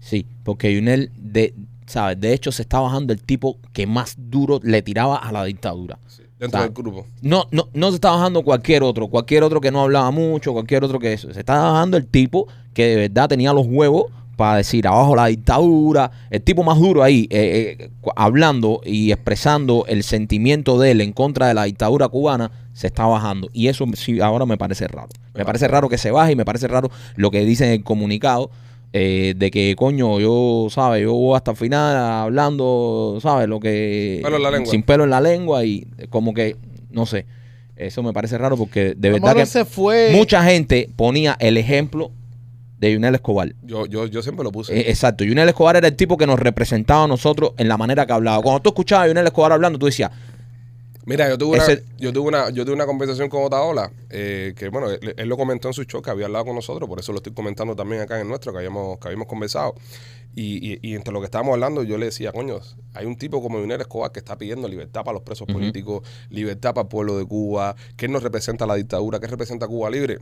S2: sí, porque Yunel, de, ¿sabes? De hecho, se está bajando el tipo que más duro le tiraba a la dictadura.
S1: Dentro
S2: Está-
S1: del grupo.
S2: No, no, no se está bajando cualquier otro, cualquier otro que no hablaba mucho, cualquier otro que eso. Se está bajando el tipo que de verdad tenía los huevos para decir abajo la dictadura, el tipo más duro ahí, eh, eh, cu- hablando y expresando el sentimiento de él en contra de la dictadura cubana, se está bajando. Y eso sí, ahora me parece raro. Me parece raro que se baje y me parece raro lo que dice en el comunicado. eh, de que coño, yo, ¿sabes? Yo voy hasta el final hablando, ¿sabes? Lo que.
S1: Pelo en la lengua.
S2: Sin pelo en la lengua y como que, no sé. Eso me parece raro porque de verdad
S4: Amaro
S2: que
S4: se fue.
S2: mucha gente ponía el ejemplo de Yunel Escobar.
S1: Yo, yo, yo siempre lo puse.
S2: Eh, exacto, Yunel Escobar era el tipo que nos representaba a nosotros en la manera que hablaba. Cuando tú escuchabas a Yunel Escobar hablando, tú decías,
S1: Mira, yo tuve,
S2: Ese-
S1: una, yo, tuve una, yo tuve una conversación con Otaola, eh, que bueno, él, él lo comentó en su show, que había hablado con nosotros, por eso lo estoy comentando también acá en el nuestro, que habíamos, que habíamos conversado. Y, y- y entre lo que estábamos hablando, yo le decía, coño, hay un tipo como Lionel Escobar que está pidiendo libertad para los presos políticos, libertad para el pueblo de Cuba, que él no representa la dictadura, que representa Cuba libre.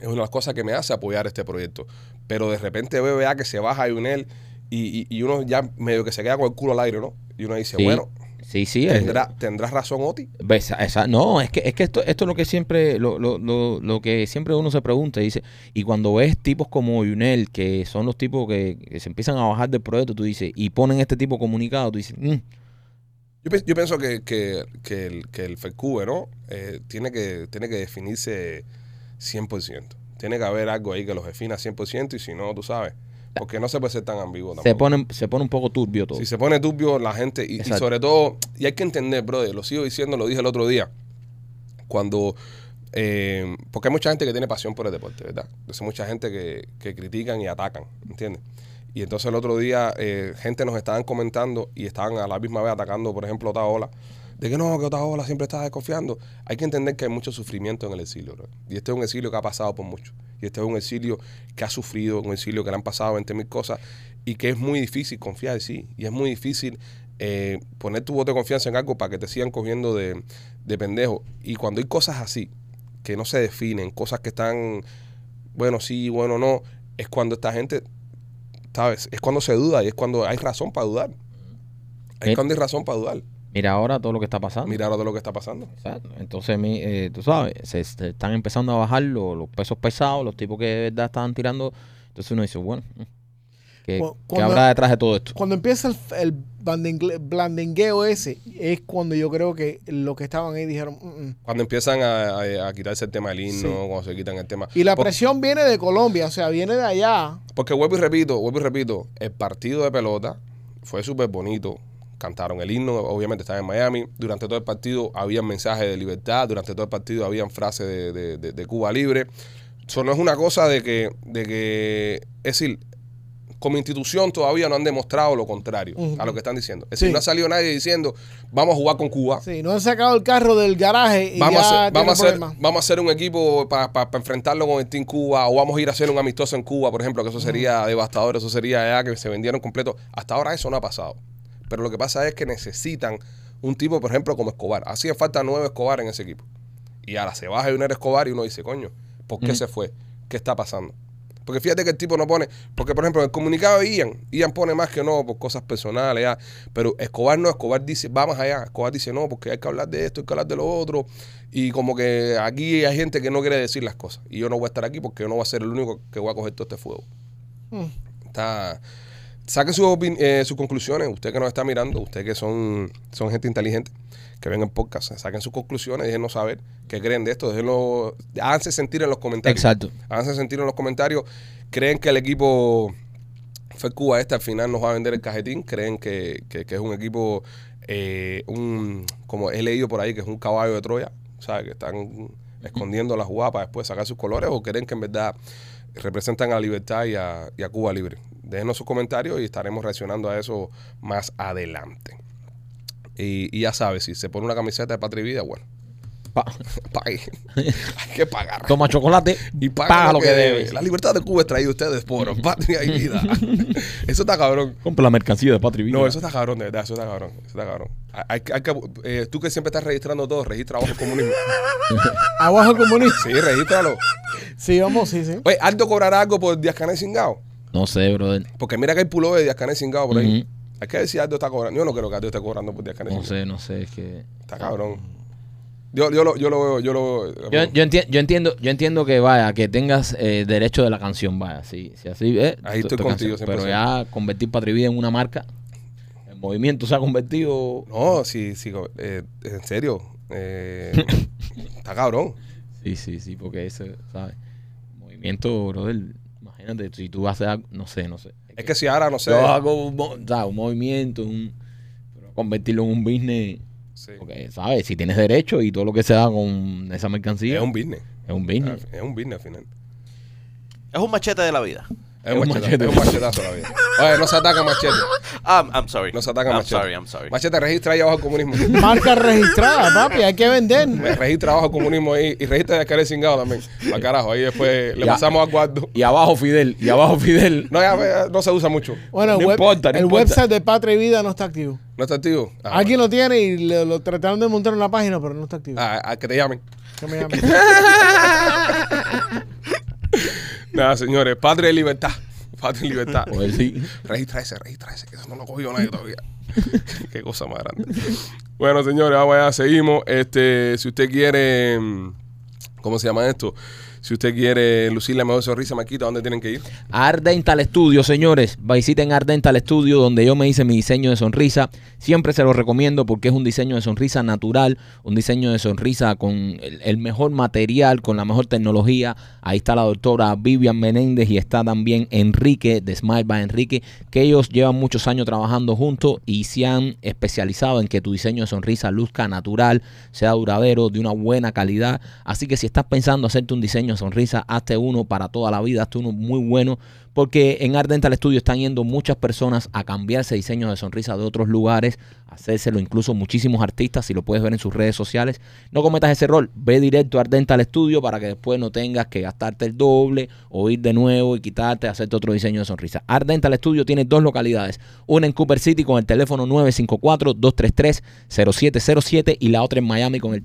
S1: Es una de las cosas que me hace apoyar este proyecto. Pero de repente veo ya que se baja a Lionel y, y- y uno ya medio que se queda con el culo al aire, ¿no? Y uno dice,
S2: Sí,
S1: bueno,
S2: sí, sí. es-
S1: ¿tendrá, ¿tendrás razón, Oti?
S2: Ves, esa- no, es que, es que esto, esto es lo que siempre, lo, lo- lo- lo que siempre uno se pregunta, y dice, y cuando ves tipos como Yunel, que son los tipos que, que se empiezan a bajar del proyecto, tú dices, y ponen este tipo de comunicado, tú dices, "Mm,
S1: Yo, pien- yo pienso que, que, que el, que el FECUBE, ¿no? Eh, tiene, que, tiene que definirse 100%. Tiene que haber algo ahí que los defina 100% y si no, tú sabes. Porque no se puede ser tan ambiguo
S2: se
S1: tampoco.
S2: pone, se pone un poco turbio todo.
S1: si se pone turbio la gente y, y
S2: Exacto.
S1: sobre todo, y hay que entender, brother, lo sigo diciendo, lo dije el otro día, cuando, eh, porque hay mucha gente que tiene pasión por el deporte, ¿verdad? Entonces mucha gente que, que critican y atacan, ¿entiendes? Y entonces el otro día eh, gente nos estaban comentando y estaban a la misma vez atacando, por ejemplo, Otaola. De que no, que Otaola siempre está desconfiando. Hay que entender que hay mucho sufrimiento en el exilio, bro. Y este es un exilio que ha pasado por mucho. Y este es un exilio que ha sufrido, un exilio que le han pasado 20.000 mil cosas y que es muy difícil confiar en sí. Y es muy difícil eh, poner tu voto de confianza en algo para que te sigan cogiendo de, de pendejo. Y cuando hay cosas así, que no se definen, cosas que están, bueno, sí, bueno, no, es cuando esta gente ¿sabes? Es cuando se duda y es cuando hay razón para dudar. Es
S2: Eh. Ah.
S1: cuando hay razón para dudar.
S2: Mira ahora todo lo que está pasando.
S1: Mira ahora todo lo que está pasando.
S2: Exacto. Entonces, mi- eh, tú sabes, se, se están empezando a bajar lo- los pesos pesados, los tipos que de verdad estaban tirando. Entonces uno dice, bueno, mm, ¿qué,
S4: Cu-
S2: qué
S4: cuando-
S2: habrá detrás de todo esto?
S4: Cuando empieza el, el blandengue- blandengueo ese, es cuando yo creo que los que estaban ahí dijeron. "Mm, mm".
S1: Cuando empiezan a, a- a quitarse el tema del himno,
S4: Sí.
S1: cuando se quitan el tema.
S4: Y la
S1: Por-
S4: presión viene de Colombia, o sea, viene de allá.
S1: Porque vuelvo y repito, vuelvo y repito, el partido de pelota fue súper bonito. Cantaron el himno, obviamente estaba en Miami. Durante todo el partido había mensajes de libertad, durante todo el partido habían frases de, de- de- de Cuba libre. Eso no es una cosa de que, de que, es decir, como institución todavía no han demostrado lo contrario
S4: Ujú.
S1: a lo que están diciendo. Es decir,
S4: Sí.
S1: no ha salido nadie diciendo, vamos a jugar con Cuba,
S4: Sí, no han sacado el carro del garaje y
S1: vamos,
S4: ya
S1: a hacer, vamos, a
S4: tienen
S1: hacer,
S4: problemas.
S1: vamos a hacer un equipo para enfrentarlo con el Team Cuba o vamos a ir a hacer un amistoso en Cuba, por ejemplo, que eso sería devastador, eso sería ya que se vendieron completo. Hasta ahora eso no ha pasado. Pero lo que pasa es que necesitan un tipo, por ejemplo, como Escobar. Hacía falta nueve Escobar en ese equipo. Y ahora se baja Junior Escobar y uno dice, coño, ¿por qué se fue? ¿Qué está pasando? Porque fíjate que el tipo no pone, porque por ejemplo, en el comunicado de Ian, Ian pone más que no por cosas personales, ya. pero Escobar no, Escobar dice, va más allá, Escobar dice no, porque hay que hablar de esto, hay que hablar de lo otro, y como que aquí hay gente que no quiere decir las cosas, y yo no voy a estar aquí porque yo no voy a ser el único que voy a coger todo este fuego. Está, saque sus opin- eh, sus conclusiones, usted que nos está mirando, usted que son, son gente inteligente, que ven el podcast, saquen sus conclusiones, déjenos saber qué creen de esto, déjenlo, háganse sentir en los comentarios.
S2: Exacto.
S1: Háganse sentir en los comentarios. ¿Creen que el equipo FECUA este al final nos va a vender el cajetín? ¿Creen que, que- que es un equipo, eh, un como he leído por ahí, que es un caballo de Troya? ¿Sabes? Que están escondiendo las jugada para después sacar sus colores. ¿O creen que en verdad representan a la libertad y a, y a Cuba libre? Déjenos sus comentarios y estaremos reaccionando a eso más adelante. Y, y ya sabes, si se pone una camiseta de Patria y Vida, bueno,
S2: Pa-
S1: pague. Hay que pagar
S2: toma chocolate
S1: y paga, lo que, debe. La libertad de Cuba es traída a ustedes por patria y vida. eso está cabrón.
S2: Compra la mercancía de Patri Villa.
S1: No, eso está cabrón, de verdad, eso está cabrón. Eso está cabrón. Hay- hay que- eh, tú que siempre estás registrando todo, registra abajo el comunismo.
S4: Abajo el comunismo.
S1: Sí, regístralo.
S4: Sí, vamos, sí, sí.
S1: Oye, ¿Aldo cobrará algo por Díaz Canel Singao?
S2: No sé, brother.
S1: Porque mira que hay pulo de Díaz Canel Singao por ahí.
S2: Ujú.
S1: Hay que decir si Aldo está cobrando. Yo no creo que Aldo esté cobrando por Díaz Canel
S2: No sé, no sé. Es que...
S1: Está cabrón. Yo, yo, lo, yo lo veo, yo lo veo. eh,
S2: yo, yo enti- yo entiendo, yo entiendo que vaya, que tengas eh, derecho de la canción, vaya. Si, si así es,
S1: Ahí
S2: tu-
S1: estoy
S2: tu
S1: contigo,
S2: canción. Pero
S1: 100%.
S2: ya convertir Patri Vida en una marca, el movimiento se ha convertido.
S1: No, sí, sí, eh, en serio. eh, está cabrón.
S2: Sí, sí, sí, porque ese, ¿sabes? Movimiento, brother. Imagínate, si tú haces algo, no sé, no sé.
S1: Es que si ahora, no sé.
S2: yo hago un, mo- ¿sabes? un movimiento, un, pero convertirlo en un business.
S1: Sí.
S2: Porque, ¿sabes? Si tienes derecho y todo lo que se haga con esa mercancía
S1: Es un business.
S2: Ah, es un business.
S1: Es un business al final.
S3: Es un machete de la vida.
S1: Es un machete. Es un machetazo la vida. Oye, no se ataca machete.
S3: I'm, Ah, I'm sorry.
S1: No se ataca
S3: I'm
S1: machete.
S3: sorry, I'm sorry.
S1: Machete, registra ahí abajo el comunismo.
S4: Marca registrada, papi, hay que vender.
S1: Me registra abajo el comunismo ahí. Y registra de Care Singado también. Para carajo, ahí después le
S2: Ya.
S1: pasamos a guardo.
S2: Y abajo Fidel, y abajo Fidel.
S1: No, ya, ya no se usa mucho.
S4: Bueno, el,
S2: No
S4: web-
S2: importa, no
S4: el
S2: importa.
S4: website de Patria y Vida no está activo.
S1: ¿No está activo? Ah,
S4: Alguien lo tiene y lo, lo trataron de montar en una página, pero no está activo.
S1: ah, ah, que te llamen.
S4: Que me llamen.
S1: Nada, señores. Patria y libertad. Patria y libertad.
S2: Pues sí.
S1: Registra ese, registra ese, que eso no lo cogió nadie todavía. Qué cosa más grande. Bueno, señores, vamos allá, seguimos. Este, si usted quiere, mm, ¿cómo se llama esto? Si usted quiere lucir la mejor sonrisa, Maquita, ¿dónde tienen que ir?
S2: A Ardental Studio, señores. Visiten Ardental Studio, donde yo me hice mi diseño de sonrisa. Siempre se lo recomiendo porque es un diseño de sonrisa natural, un diseño de sonrisa con el, el mejor material, con la mejor tecnología. Ahí está la doctora Vivian Menéndez y está también Enrique de Smile by Enrique, que ellos llevan muchos años trabajando juntos y se han especializado en que tu diseño de sonrisa luzca natural, sea duradero, de una buena calidad. Así que si estás pensando hacerte un diseño de sonrisa, hazte uno para toda la vida, hazte uno muy bueno, porque en Ardental Studio están yendo muchas personas a cambiarse diseños de sonrisa de otros lugares, hacérselo incluso muchísimos artistas, si lo puedes ver en sus redes sociales. No cometas ese error, ve directo a Ardental Studio para que después no tengas que gastarte el doble o ir de nuevo y quitarte, hacerte otro diseño de sonrisa. Ardental Studio tiene dos localidades, una en Cooper City con el teléfono 954-233-0707 y la otra en Miami con el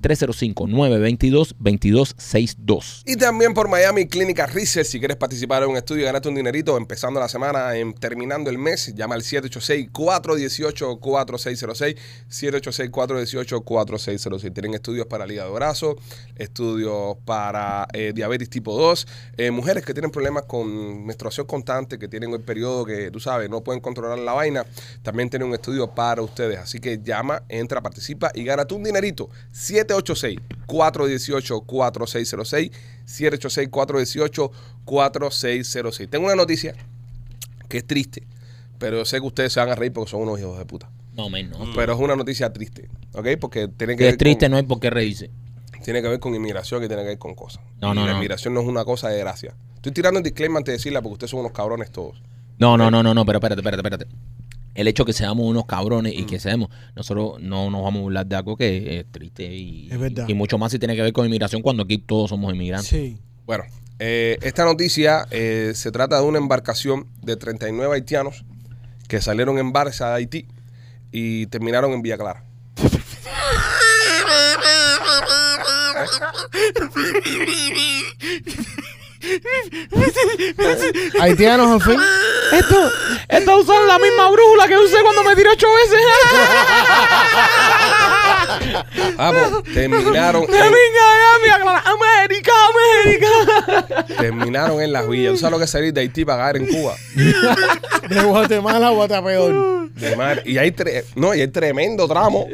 S2: 305-922-2262.
S1: Y también por Miami Clínica Research, si quieres participar en un estudio y ganarte un dinerito empezando la semana, em, terminando el mes, llama al 786-418-4606, 786-418-4606. Tienen estudios para el hígado graso, estudios para eh, diabetes tipo 2, eh, mujeres que tienen problemas con menstruación constante, que tienen el periodo que tú sabes, no pueden controlar la vaina, también tienen un estudio para ustedes. Así que llama, entra, participa y gánate un dinerito. 786-418-4606. 786-418-4606. Tengo una noticia que es triste, pero yo sé que ustedes se van a reír porque son unos hijos de puta.
S2: No, menos.
S1: Pero es una noticia triste, ¿ok? Porque tiene que
S2: Que
S1: ver
S2: es triste,
S1: con-
S2: no hay por qué reírse.
S1: tiene que ver con inmigración y tiene que ver con cosas.
S2: No,
S1: Y
S2: no,
S1: la
S2: no.
S1: inmigración no es una cosa de gracia. Estoy tirando el disclaimer antes de decirla porque ustedes son unos cabrones todos.
S2: No, no, no, no, no, pero espérate, espérate, espérate. El hecho que seamos unos cabrones
S1: Mm.
S2: y que seamos, nosotros no nos vamos a burlar de algo que es triste y,
S4: Es verdad.
S2: y mucho más si tiene que ver con inmigración cuando aquí todos somos inmigrantes.
S4: Sí.
S1: Bueno, eh, esta noticia eh, se trata de una embarcación de 39 haitianos que salieron en barca de Haití y terminaron en Villa Clara.
S4: Haitianos, en fin.
S2: Esto, esto usaron la misma brújula que usé cuando me tiré ocho veces.
S1: Vamos, Ah, pues, terminaron en,
S2: América, América.
S1: terminaron en las villas. ¿Tú sabes lo que es salir de Haití para caer en Cuba?
S4: De Guatemala a Guatapeor.
S1: De mar. Y hay, tre- no, y hay tremendo tramo.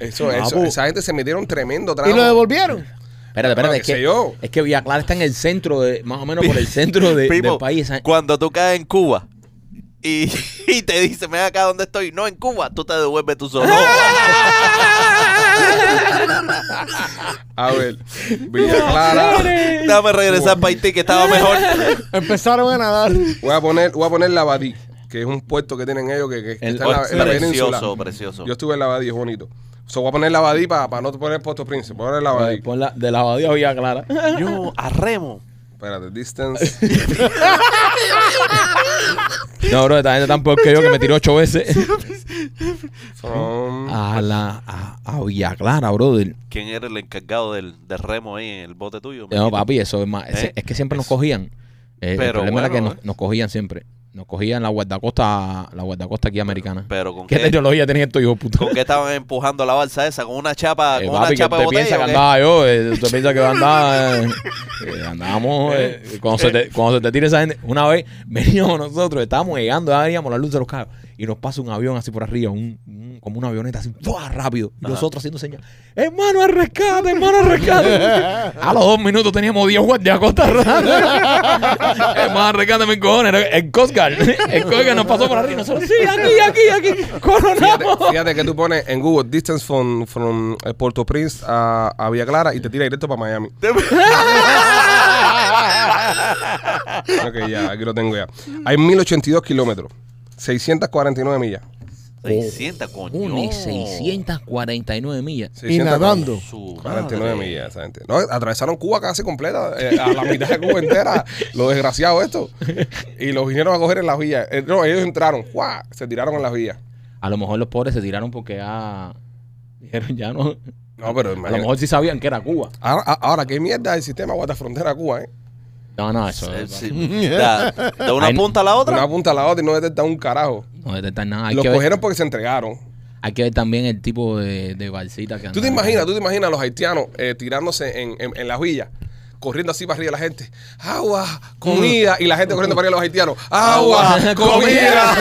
S1: Eso, eso.
S2: Papu.
S1: Esa gente se metieron tremendo tramo.
S4: Ah, pues. ¿Y lo devolvieron?
S2: Espérate,
S1: Bueno,
S2: espérate,
S1: Ah, qué
S2: es
S1: sé
S2: que,
S1: yo.
S2: es que Villa Clara está en el centro, de, más o menos por el centro de-
S3: People,
S2: del país. eh,
S3: Cuando tú caes en Cuba y, y te dice, ven acá donde estoy. No, en Cuba, tú te devuelves tu solo.
S1: A ver, Villa Clara.
S3: Dame regresar para Haití, que estaba mejor.
S4: Empezaron a nadar.
S1: Voy a poner, voy a poner la Abadí, que es un puerto que tienen ellos que, que- que
S2: El-
S1: está en la, en la península.
S3: precioso, precioso.
S1: Yo estuve en la Abadí, es bonito. So, voy a poner la Abadí para no poner Puerto Príncipe. Voy a poner la Abadí.
S2: Pon la- de la abadía a Villa Clara.
S3: Yo arremo.
S1: Espérate, distance.
S2: No, bro, esta gente tan peor que yo que me tiró ocho veces.
S1: from-
S2: A la a, a Villa Clara, brother.
S3: ¿Quién era el encargado del, del remo ahí en el bote tuyo?
S2: No,
S3: Manito?
S2: papi, eso es más. ese-
S3: ¿Eh?
S2: Es que siempre nos cogían. Eh, el
S3: Pero
S2: problema era que
S3: bueno,
S2: nos,
S3: ¿eh?
S2: nos cogían siempre. Nos cogían la guardacosta, la guardacosta aquí americana.
S3: Pero con
S2: ¿Qué
S3: qué,
S2: tecnología tenía esto, hijo de puta?
S3: con qué estaban empujando la balsa esa, con una chapa,
S2: Eh,
S3: Ah, con
S2: papi,
S3: una
S2: que
S3: chapa de
S2: usted piensa que
S3: botella. o qué?
S2: andaba yo, eh, usted piensa que andaba, eh, eh, andábamos, eh, cuando, se te, cuando se te tira esa gente, una vez veníamos nosotros, estábamos llegando, ya veníamos la luz de los carros, y nos pasa un avión así por arriba, un, un- como una avioneta así, ¡buah! rápido, y nosotros haciendo señas, hermano al rescate, hermano al rescate, a los dos minutos teníamos 10 guardias acostados, hermano al rescate, mi cojones, era el Coast Guard, el Coast Guard nos pasó por arriba, y nosotros, sí, aquí, aquí, aquí,
S1: Fíjate,
S2: coronamos.
S1: fíjate que tú pones en Google distance from, from eh, Puerto Prince a, a Villa Clara y te tira directo para Miami. Ok, ya, aquí lo tengo ya. Hay 1082 kilómetros, 649 millas.
S3: 600, coño.
S2: Uno y 649 millas.
S1: 600
S4: nadando.
S3: Su
S1: 49
S3: madre.
S1: millas, esa gente. No, atravesaron Cuba casi completa, eh, a la mitad de Cuba entera, lo desgraciado esto. Y los vinieron a coger en las villas. Eh, no, ellos entraron, ¡guau! se tiraron en las villas.
S2: A lo mejor los pobres se tiraron porque ya. Dijeron ya no.
S1: No, pero
S2: A lo
S1: imagínate.
S2: mejor sí sabían que era Cuba.
S1: Ahora, a- ahora, ¿qué mierda el sistema guardafrontera Cuba, eh?
S2: No, no, eso.
S3: Eh, sí. Da- De una
S2: Ay,
S3: punta a la
S1: Una
S3: otra.
S1: punta a la otra y no detectan un carajo.
S2: No detectan nada. Hay
S1: los
S2: que, ver,
S1: cogieron porque se entregaron.
S2: hay que ver también el tipo de, de balsita que
S1: ¿Tú te
S2: andaba.
S1: imaginas, tú te imaginas a los haitianos eh, tirándose en, en, en las villas? Corriendo así para arriba la gente. Agua, comida. Y la gente corriendo para arriba los haitianos. Agua,
S2: Agua,
S1: comida.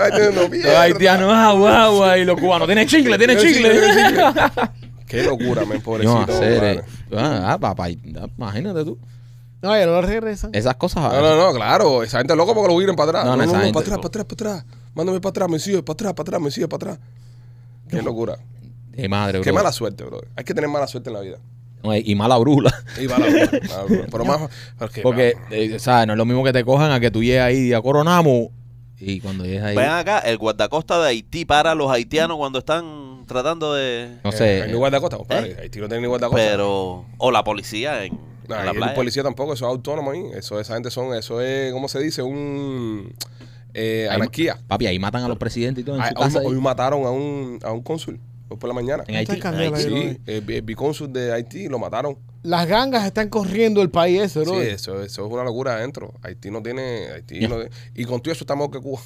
S1: Ay, no, no,
S2: Los
S1: mierda.
S2: haitianos, agua, agua. Y los cubanos, tiene chicle, tiene
S1: Tiene
S2: chicle.
S1: chicle, tiene Qué locura, men,
S2: ¿Qué van a
S1: pobrecito.
S2: hacer?
S1: compadre.
S2: eh? Ah, ah, papá, imagínate tú.
S4: No, ya no la regresan.
S2: Esas cosas. ah,
S1: No, no, no, claro. Esa gente es loca porque lo vienen para atrás.
S2: No,
S1: No,
S2: no,
S1: no,
S2: esa
S1: no,
S2: gente-
S1: para atrás, para atrás, para atrás. Mándame para atrás, me sigue, para atrás, para atrás, me sigue, para atrás. Qué locura.
S2: De madre, bro.
S1: Qué mala suerte, bro. Hay que tener mala suerte en la vida.
S2: No, Y mala brula.
S1: Y mala suerte, mala suerte. Pero más. pero que-
S2: Porque, eh, ¿sabes? No es lo mismo que te cojan a que tú llegues ahí y digas, coronamos. Y cuando llegues ahí,
S3: Ven acá, el guardacosta de Haití para a los haitianos cuando están tratando de.
S2: no
S1: Eh,
S2: sé.
S1: hay ni guardacosta, compadre.
S3: ¿Eh?
S1: Haití no tiene ni guardacosta.
S3: Pero. O la policía en. en
S1: No,
S3: la
S1: ahí
S3: playa.
S1: el policía tampoco, eso es autónomo ahí. Eso, esa gente son, eso es, ¿cómo se dice? Un eh,
S2: Ahí-
S1: anarquía.
S2: Papi, ahí matan a los presidentes y todo en
S1: Ah,
S2: su
S1: hoy,
S2: casa.
S1: hoy
S2: ahí.
S1: mataron a un, a un cónsul hoy por la mañana.
S2: En Haití.
S4: Está cambiando
S3: Haití.
S4: la vida,
S1: Sí, eh,
S4: brother.
S1: el, bi- el bicónsul de Haití lo mataron.
S4: Las gangas están corriendo el país ese,
S1: Sí,
S4: bro.
S3: eh.
S1: eso, eso es una locura adentro. Haití no tiene. Haití
S2: Ya.
S1: no tiene- y con todo eso está mejor que Cuba.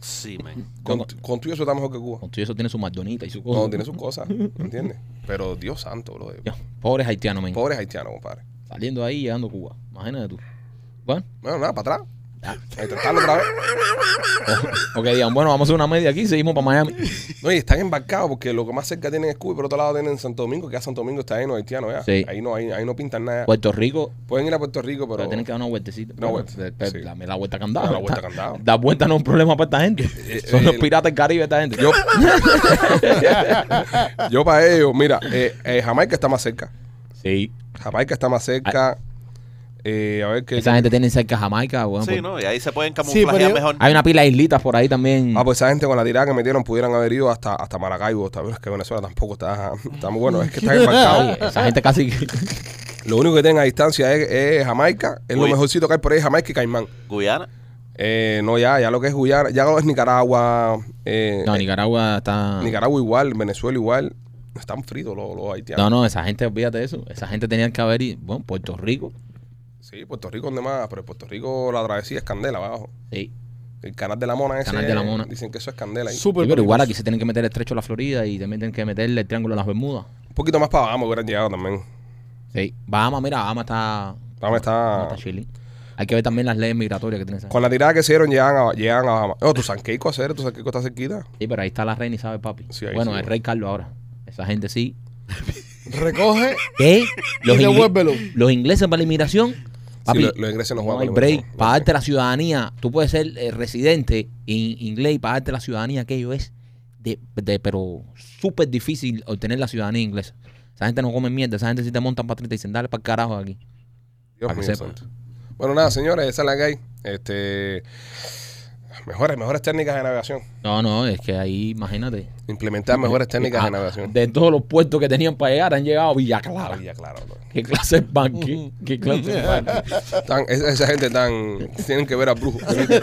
S3: Sí, men.
S1: Con,
S2: No,
S1: con todo eso está mejor que Cuba.
S2: Con todo eso tiene su maldonita y su cosa.
S1: No, tiene sus cosas, ¿entiendes? Pero Dios santo, bro.
S2: Ya, Pobres haitianos, men.
S1: Pobres haitianos, compadre.
S2: Saliendo ahí y llegando a Cuba. Imagínate tú. Bueno,
S1: Bueno, nada, para atrás. A Intentarlo otra vez.
S2: o, o que digan, bueno, vamos a hacer una media aquí y seguimos para Miami.
S1: No, y están embarcados porque lo que más cerca tienen es Cuba y por otro lado tienen Santo Domingo, que ya Santo Domingo está lleno de haitianos. ya.
S2: Sí.
S1: Ahí, no, ahí, ahí no pintan nada.
S2: Puerto Rico,
S1: Pueden ir a Puerto Rico,
S2: pero
S1: pero.
S2: tienen que dar una vueltecita.
S1: Una
S2: Bueno,
S1: vuelta,
S2: pe- pe-
S1: sí.
S2: Dame la vuelta que han dado.
S1: Da la
S2: Está-
S1: vuelta que han dado.
S2: Dar vuelta no es un problema para esta gente. Son los
S1: eh,
S2: piratas del Caribe esta gente.
S1: Yo, yo para ellos, mira, eh, eh, Jamaica está más cerca.
S2: Sí.
S1: Jamaica está más cerca. Eh, a ver qué.
S2: Ah. Esa gente tiene cerca Jamaica, weón.
S1: pues,
S3: Sí, ¿no? Y ahí se pueden
S4: Sí, pero
S3: camuflajear
S4: yo-
S3: mejor.
S2: Hay una pila de islitas por ahí también.
S1: Ah, pues esa gente con la tirada que metieron pudieran haber ido hasta, hasta Maracaibo. Está, bueno, es que Venezuela tampoco está, está muy bueno. Es que están
S2: Ay,
S1: embarcados.
S2: esa gente casi.
S1: eh, Lo único que tienen a distancia es, es Jamaica. Es lo
S3: Uy.
S1: mejorcito que hay por ahí, Jamaica y Caimán.
S3: Guyana.
S1: Eh, no, ya, ya lo que es Guyana, ya lo es Nicaragua. eh,
S2: no, Nicaragua está.
S1: Nicaragua igual, Venezuela igual. Están fritos los, los haitianos.
S2: No, no, esa gente, olvídate de eso. Esa gente tenía que haber ido. Bueno, Puerto Rico.
S1: Sí, Puerto Rico es más, pero Puerto Rico la travesía es candela abajo.
S2: Sí.
S1: El canal de la mona ese. eh,
S2: Canal de la Mona.
S1: Dicen que eso es candela ahí.
S4: Súper
S2: Sí, pero igual
S4: peligroso.
S2: aquí se tienen que meter el estrecho de la Florida y también tienen que meterle el triángulo de las Bermudas.
S1: Un poquito más para abajo hubieran llegado también.
S2: Sí. Bahamas, mira, Bahamas está.
S1: Bahamas está-
S2: está chilling. Hay que ver también las leyes migratorias que tiene esa gente.
S1: Con la tirada que hicieron, llegan a, llegan a Bahamas. Oh, tu San Keiko, hacer, tu San Keiko está cerquita.
S2: Sí, pero ahí está la reina Isabel, papi.
S1: Sí, ahí
S2: bueno,
S1: sí,
S2: el
S1: bueno.
S2: rey Carlos ahora. Esa gente sí.
S4: Recoge
S2: ¿Qué?
S4: y
S2: ingle-
S4: devuélvelo.
S2: los ingleses para la inmigración. Papi,
S1: lo- los ingleses no juegan
S2: hay
S1: con los
S2: break.
S1: ingleses.
S2: Para darte la ciudadanía, tú puedes ser eh, residente in- inglés y para darte la ciudadanía, aquello es, de, de- pero súper difícil obtener la ciudadanía inglesa. Esa gente no come mierda, esa gente sí te montan para 30 y dicen, dale para carajo de aquí.
S1: Dios
S2: Para que
S1: mío
S2: sepa.
S1: santo. Bueno, nada, señores, esa es la que hay. Este, mejores, mejores técnicas de navegación.
S2: No, no, es que ahí, imagínate.
S1: Implementar mejores técnicas
S2: Ah,
S1: de navegación.
S2: de todos los puertos que tenían para llegar, han llegado a Villa
S1: Ah,
S2: Clara.
S1: ya, claro. bro.
S2: ¿Qué clase de banque? ¿Qué clase de banque?
S1: Tan- esa, esa gente tan. Tienen que ver a brujos. ¿viste?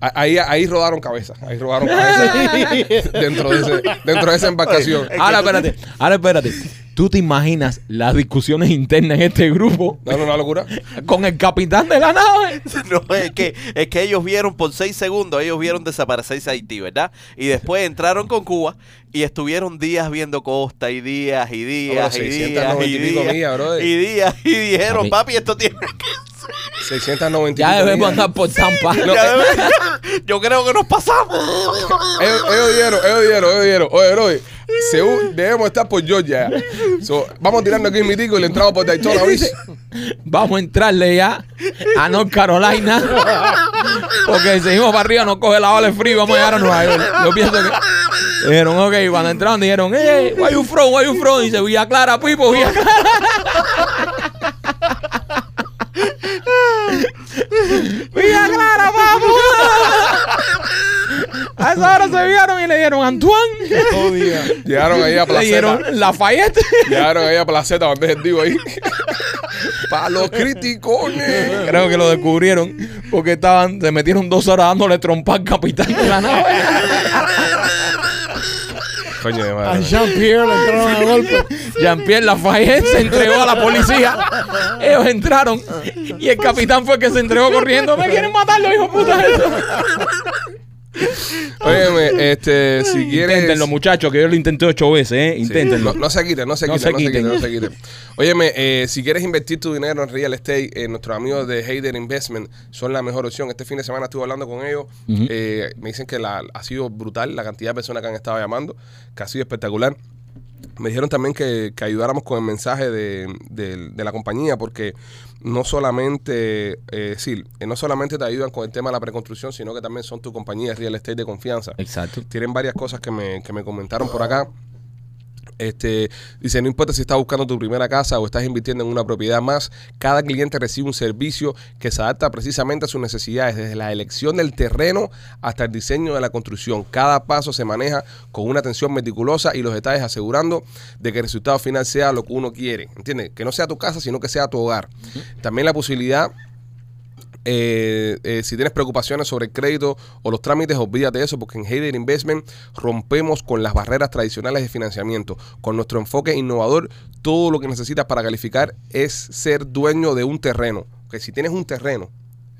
S1: A- Ahí, ahí rodaron cabeza. Ahí rodaron cabeza. dentro, de ese- dentro de esa embarcación.
S2: Ahora espérate, ahora espérate. ¿Tú te imaginas las discusiones internas en este grupo
S1: No, no, una locura.
S2: con el capitán de la nave?
S3: No, es que, es que ellos vieron por seis segundos, ellos vieron desaparecerse Haití, ¿verdad? Y después entraron con Cuba y estuvieron días viendo costa y días y días
S1: Ahora,
S3: y
S1: 690
S3: días
S1: y
S3: y
S1: pico
S3: días,
S1: millas, brother.
S3: y días y dijeron,
S2: Papi.
S3: papi, esto tiene que...
S1: 690. y
S2: Ya
S1: pico
S2: debemos
S1: millas.
S2: andar por Zampa.
S3: ya debe- Yo creo que nos pasamos.
S1: Ellos ellos dijeron, ellos dijeron, ellos dijeron. eh, Oye, brother, Seúl, debemos estar por Georgia. So, vamos tirando aquí en mitico y le entramos por Daytona Beach.
S2: Vamos a entrarle ya a North Carolina. Porque si seguimos para arriba, nos coge la ola de frío y vamos a llegar a Nueva York. Yo pienso que. Dijeron, ok, cuando entraron dijeron, hey, why you from, why you from? Y dice, Villa Clara, Pipo, Villa Clara. ¡Villa Clara, vamos! A esa hora se vieron y le dieron Antoine.
S4: Jodida.
S1: Llegaron ahí a
S2: Le dieron
S1: Placeta.
S2: Lafayette.
S1: Llegaron ahí a Placeta, donde el digo ahí. Para los criticones.
S2: Creo que lo descubrieron porque estaban, se metieron dos horas dándole trompa al capitán de la nave.
S1: Coño de
S4: A
S1: madre.
S4: Jean-Pierre le entraron a golpe.
S2: Jean-Pierre Lafayette se entregó a la policía. Ellos entraron y el capitán fue el que se entregó corriendo. Me quieren matar los hijos putas.
S1: Óyeme, este, si quieres.
S2: Inténtenlo, muchachos, que yo lo intenté ocho veces, ¿eh?
S1: Sí,
S2: Inténtenlo.
S1: No, no se quiten, no se
S2: No
S1: quiten,
S2: se
S1: no se quiten,
S2: quiten.
S1: no se quiten. Óyeme, eh, si quieres invertir tu dinero en real estate, eh, nuestros amigos de Hayden Investment son la mejor opción. Este fin de semana estuve hablando con ellos. Eh, me dicen que la- ha sido brutal la cantidad de personas que han estado llamando, que ha sido espectacular. Me dijeron también que, que ayudáramos con el mensaje de, de- de la compañía, porque no solamente, eh, sí, no solamente te ayudan con el tema de la preconstrucción, sino que también son tu compañía de real estate de confianza
S2: Exacto.
S1: tienen varias cosas que me, que me comentaron por acá. Este, dice, no importa si estás buscando tu primera casa o estás invirtiendo en una propiedad más, cada cliente recibe un servicio que se adapta precisamente a sus necesidades, desde la elección del terreno hasta el diseño de la construcción. Cada paso se maneja con una atención meticulosa y los detalles asegurando de que el resultado final sea lo que uno quiere. ¿Entiendes? Que no sea tu casa, sino que sea tu hogar. También la posibilidad eh, eh, si tienes preocupaciones sobre el crédito o los trámites, olvídate de eso, porque en Hayden Investment rompemos con las barreras tradicionales de financiamiento. Con nuestro enfoque innovador, todo lo que necesitas para calificar es ser dueño de un terreno. Que si tienes un terreno,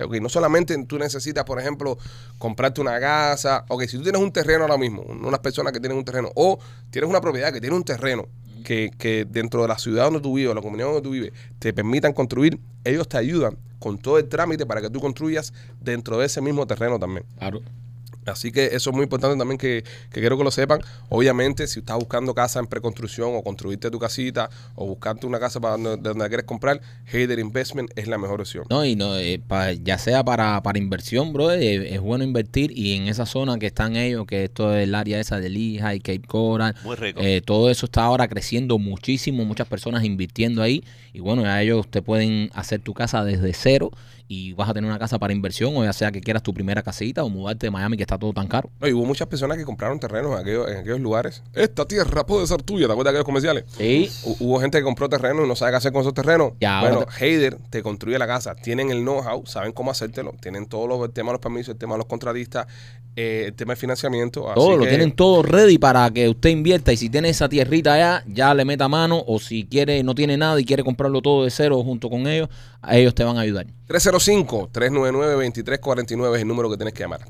S1: ok, no solamente tú necesitas, por ejemplo, comprarte una casa, ok, si tú tienes un terreno ahora mismo, unas personas que tienen un terreno, o tienes una propiedad que tiene un terreno, que, que dentro de la ciudad donde tú vives, o la comunidad donde tú vives, te permitan construir, ellos te ayudan con todo el trámite para que tú construyas dentro de ese mismo terreno también.
S2: Claro.
S1: Así que eso es muy importante también que, que quiero que lo sepan. Obviamente, si estás buscando casa en preconstrucción o construirte tu casita o buscarte una casa para donde, de donde la quieres comprar, Hader Investment es la mejor opción.
S2: No, y no, eh, pa- ya sea para, para inversión, bro, eh, es bueno invertir y en esa zona que están ellos, que esto es el área esa de Lija y Cape Coral,
S3: Muy rico.
S2: eh, todo eso está ahora creciendo muchísimo, muchas personas invirtiendo ahí y bueno, ya ellos te pueden hacer tu casa desde cero y vas a tener una casa para inversión o ya sea que quieras tu primera casita o mudarte de Miami que está todo tan caro.
S1: No, y hubo muchas personas que compraron terrenos en aquellos, en aquellos lugares. Esta tierra puede ser tuya, ¿te acuerdas de aquellos comerciales?
S2: Sí.
S1: Hu- Hubo gente que compró terreno y no sabe qué hacer con esos terrenos.
S2: Ya,
S1: bueno,
S2: ahora
S1: Heider te construye la casa. Tienen el know-how, saben cómo hacértelo. Tienen todos los el tema de los permisos, el tema de los contratistas, eh, el tema de financiamiento. Así
S2: Todo, lo
S1: que-
S2: tienen todo ready para que usted invierta y si tiene esa tierrita allá, ya le meta mano o si quiere, no tiene nada y quiere comprarlo todo de cero junto con ellos, a ellos te van a ayudar.
S1: 305-399-2349 es el número que tienes que llamar.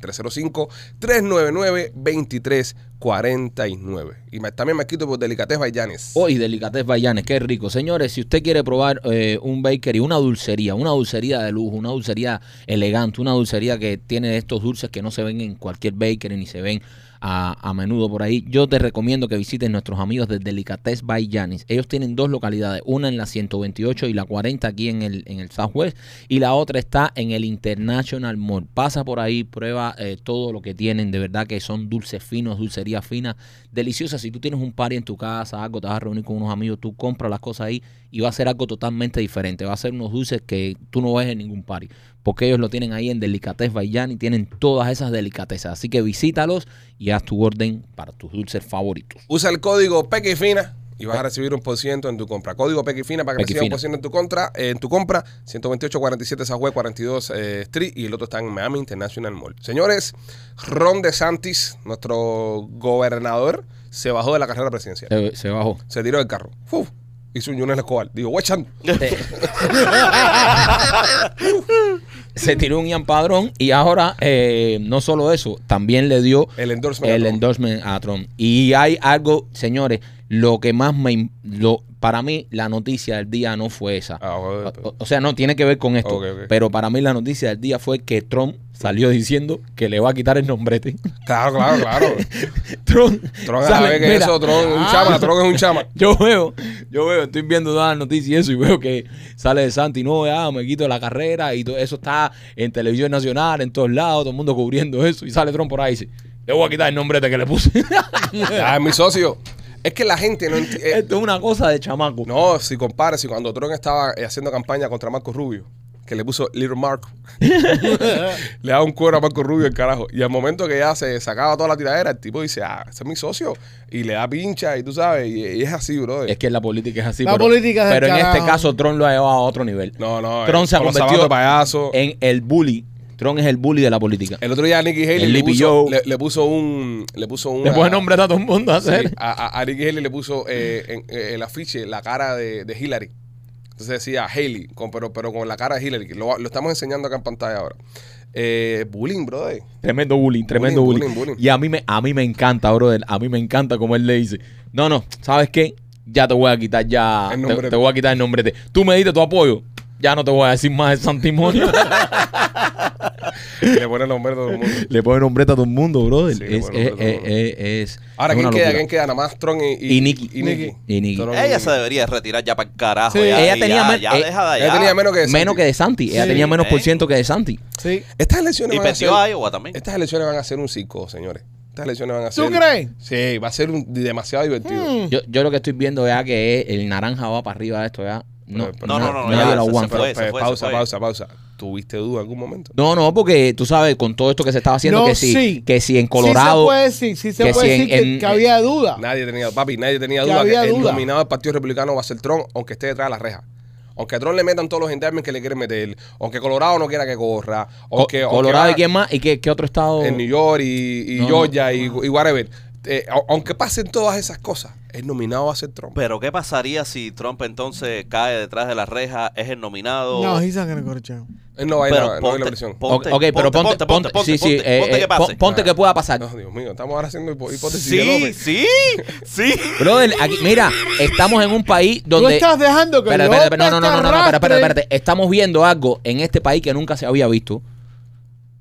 S1: 305-399-2349. Y ma- también me quito por Delicatez Bayanes.
S2: Hoy Delicatez Bayanes, qué rico. Señores, si usted quiere probar eh, un bakery, una dulcería, una dulcería de lujo, una dulcería elegante, una dulcería que tiene estos dulces que no se ven en cualquier bakery ni se ven a, a menudo por ahí, yo te recomiendo que visites nuestros amigos de Delicatez Bayanes. Ellos tienen dos localidades, una en la 128 y la 40 aquí en el, en el Southwest y la otra está en el International Mall. Pasa por ahí, prueba eh, todo lo que tienen, de verdad que son dulces finos, dulcerías finas, deliciosas. Si tú tienes un party en tu casa, algo, te vas a reunir con unos amigos, tú compras las cosas ahí y va a ser algo totalmente diferente. Va a ser unos dulces que tú no ves en ningún party, porque ellos lo tienen ahí en Delicatez Bayan y tienen todas esas delicatezas. Así que visítalos y haz tu orden para tus dulces favoritos.
S1: Usa el código PEQUIFINA y vas a recibir un por ciento en tu compra. Código PEQUIFINA para que recibas un
S2: Pequifina.
S1: por ciento en tu, contra, eh, en tu compra. 128-47 Sahue 42 eh, Street y el otro está en Miami International Mall. Señores, Ron DeSantis, nuestro gobernador, se bajó de la carrera presidencial.
S2: Se, se bajó.
S1: Se tiró del carro. Uf, hizo un Junior Escobar. Digo, guachan.
S2: Se tiró un Ian Padrón y ahora eh, no solo eso, también le dio
S1: El endorsement.
S2: el
S1: a Trump.
S2: endorsement a Trump. Y hay algo, señores, lo que más me... im- Lo, para mí, la noticia del día no fue esa.
S1: Ah,
S2: O,
S1: joder,
S2: o- o sea, no tiene que ver con esto.
S1: Ok, ok.
S2: Pero para mí la noticia del día fue que Trump salió diciendo que le va a quitar el nombrete.
S1: Claro, claro, claro.
S2: Trump,
S1: Tron a
S2: sale-
S1: la vez que
S2: mira, Ah.
S1: eso, Tron es un chama, Tron es un chama.
S2: yo veo, yo veo, estoy viendo todas las noticias y eso, y veo que sale de Santi, no, ya, me quito la carrera, y todo eso está en televisión nacional, en todos lados, todo el mundo cubriendo eso, y sale Trump por ahí y dice, le voy a quitar el nombrete que le puse.
S1: Ah, mi socio. Es que la gente no eh, entiende.
S2: Esto es una cosa de chamaco.
S1: No, si compares, si cuando Tron estaba eh, haciendo campaña contra Marco Rubio, que le puso Little Marco. le da un cuero a Marco Rubio el carajo. Y al momento que ya se sacaba toda la tiradera, el tipo dice, ah, ese es mi socio. Y le da pincha y tú sabes, y, y es así, bro.
S2: Es que la política es así.
S4: La
S2: pero,
S4: política es del
S2: Pero en este
S4: carajo.
S2: caso, Tron lo ha llevado a otro nivel.
S1: no, no.
S2: Tron
S1: eh,
S2: se ha
S1: con los zapatos
S2: convertido
S1: de payaso.
S2: En el bully. Tron es el bully de la política.
S1: el otro día a Nicky Haley
S2: el
S1: le
S2: Lippy
S1: puso,
S2: Joe.
S1: le, le puso un... Le puso un...
S2: Le pone nombre a todo el mundo a hacer.
S1: a, a- a Nikki Haley le puso eh, en, eh, el afiche la cara de, de Hillary. Entonces decía Haley, con- pero, pero con la cara de Hillary. Lo, lo estamos enseñando acá en pantalla ahora. Eh, bullying, brother.
S2: Tremendo bullying, tremendo bullying.
S1: Bullying, bullying, bullying.
S2: Y a mí, me, a mí me encanta, brother. A mí me encanta como él le dice, no, no, ¿sabes qué? Ya te voy a quitar ya,
S1: El
S2: te,
S1: nombrete.
S2: te voy a quitar el nombre. Tú me diste tu apoyo, ya no te voy a decir más el santimonio.
S1: Y le pone el nombre de todo el mundo.
S2: le pone nombreta a todo el mundo, brother.
S1: Sí, le
S2: es,
S1: pone
S2: es,
S1: nombrete a
S2: es,
S1: todo el
S2: es, es-
S1: Ahora,
S2: es
S1: ¿quién
S2: una
S1: queda?
S2: locura.
S1: ¿Quién queda? Nada más Tron y,
S2: Y Nikki.
S1: Y Nikki.
S2: Y Nikki.
S1: Tron
S3: Ella se debería retirar ya para el carajo.
S4: Sí.
S3: ya,
S2: Ella
S3: ya,
S2: tenía men-
S3: ya,
S2: eh,
S3: deja de
S1: Ella
S3: allá.
S1: tenía menos que de
S2: Menos que de Santi. Ella
S4: Sí,
S2: tenía menos por
S3: eh.
S2: ciento que de Santi.
S4: Sí.
S1: Estas elecciones
S3: Y
S1: van a
S3: perdió
S1: ser-
S3: a Iowa también.
S1: Estas elecciones van a ser un circo, señores. Estas elecciones van a ser...
S4: crees?
S1: Sí, va a ser un- demasiado
S4: Mm.
S1: divertido.
S2: Yo, yo lo que estoy viendo ya que es el naranja va para arriba de esto ya. No,
S1: Pero-
S2: no,
S3: no,
S2: no,
S3: no, no,
S2: nadie lo
S3: ya, se- se
S2: aguanta.
S1: Pero,
S3: fue,
S1: pero,
S3: fue, se
S1: pausa,
S3: fue.
S1: pausa, pausa. ¿Tuviste duda en algún momento?
S2: No, no, porque tú sabes, con todo esto que se estaba haciendo,
S4: No,
S2: que si,
S4: sí.
S2: que si en
S4: Sí se
S2: Colorado.
S4: puede decir, sí se
S2: que
S4: puede
S2: si en-
S4: decir que,
S2: en-
S4: que había duda.
S1: Nadie tenía, papi, nadie tenía
S4: Que
S1: duda que
S4: había
S1: el
S4: duda.
S1: nominado del Partido Republicano va a ser Trump, aunque esté detrás de la reja. Aunque a Trump le metan todos los gendarmes que le quieren meter, aunque Colorado no quiera que corra,
S2: Co-
S1: aunque, aunque
S2: Colorado
S1: va
S2: y quién más, y qué, qué otro estado.
S1: en New York y, y
S2: No, no.
S1: Georgia y, y whatever. Eh, au- aunque pasen todas esas cosas, el nominado va a ser Trump.
S3: Pero ¿qué pasaría si Trump entonces cae detrás de la reja, es el nominado?
S4: No, he's not gonna go to jail.
S1: Él no va a ir a, no va a ir a la prisión.
S2: Ok, ok, pero ponte, ponte, sí, sí, eh,
S3: ponte
S2: eh,
S3: que
S2: pon-
S3: pase.
S2: ponte que pueda pasar.
S1: No, Dios mío, estamos ahora haciendo hipo- hipótesis de
S3: sí,
S1: López.
S3: sí, sí.
S2: Brother, aquí, mira, estamos en un país
S4: Tú
S2: donde.
S4: estás dejando que
S2: Espera,
S4: el
S2: espera,
S4: otro
S2: espera, no, no, no, no, no, espera, espera,
S4: te
S2: espérate. Estamos viendo algo en este país que nunca se había visto.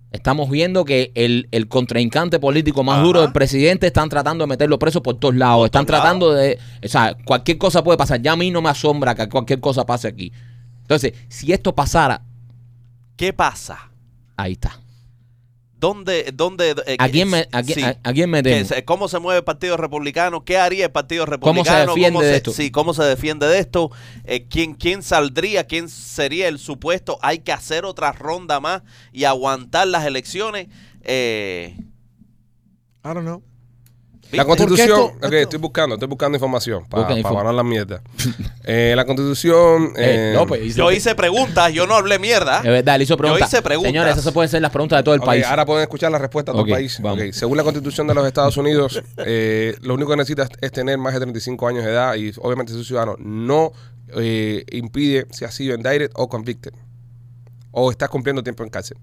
S2: Estamos viendo que el, el contrincante político más
S3: Ajá.
S2: duro del presidente están tratando de meterlo preso por todos lados. están
S3: todos
S2: tratando de. O sea, cualquier cosa puede pasar. Ya a mí no me asombra que cualquier cosa pase aquí. Entonces, si esto pasara,
S3: ¿Qué pasa?
S2: ahí está.
S3: ¿Dónde, dónde? eh,
S2: ¿A quién, me, Eh, a quién-
S3: sí,
S2: a- a quién
S3: que
S2: metemos?
S3: se- ¿Cómo se mueve el Partido Republicano? ¿Qué haría el Partido Republicano?
S2: defiende de esto?
S3: Sí, ¿cómo se defiende de esto? Eh, ¿quién, ¿Quién saldría? ¿Quién sería el supuesto? ¿Hay que hacer otra ronda más y aguantar las elecciones? Eh,
S4: I don't know.
S1: La
S3: ¿viste?
S1: constitución,
S4: Porque esto-
S1: ok,
S4: esto-
S1: estoy buscando, estoy buscando información para
S2: Busca info.
S1: la mierda. Eh, la constitución.
S2: Eh,
S1: eh,
S2: López, dice-
S3: yo hice preguntas, yo no hablé mierda.
S2: Es verdad, le hizo preguntas.
S3: hice preguntas.
S2: Señores, esas pueden ser las preguntas de todo el
S1: Ok,
S2: país.
S1: Ahora pueden escuchar la respuesta de
S2: Ok,
S1: todo el país.
S2: vamos.
S1: Ok, Según la constitución de los Estados Unidos, eh, lo único que necesitas es tener más de 35 años de edad y obviamente ser ciudadano. No eh, impide si has sido indicted o convicted. O estás cumpliendo tiempo en cárcel.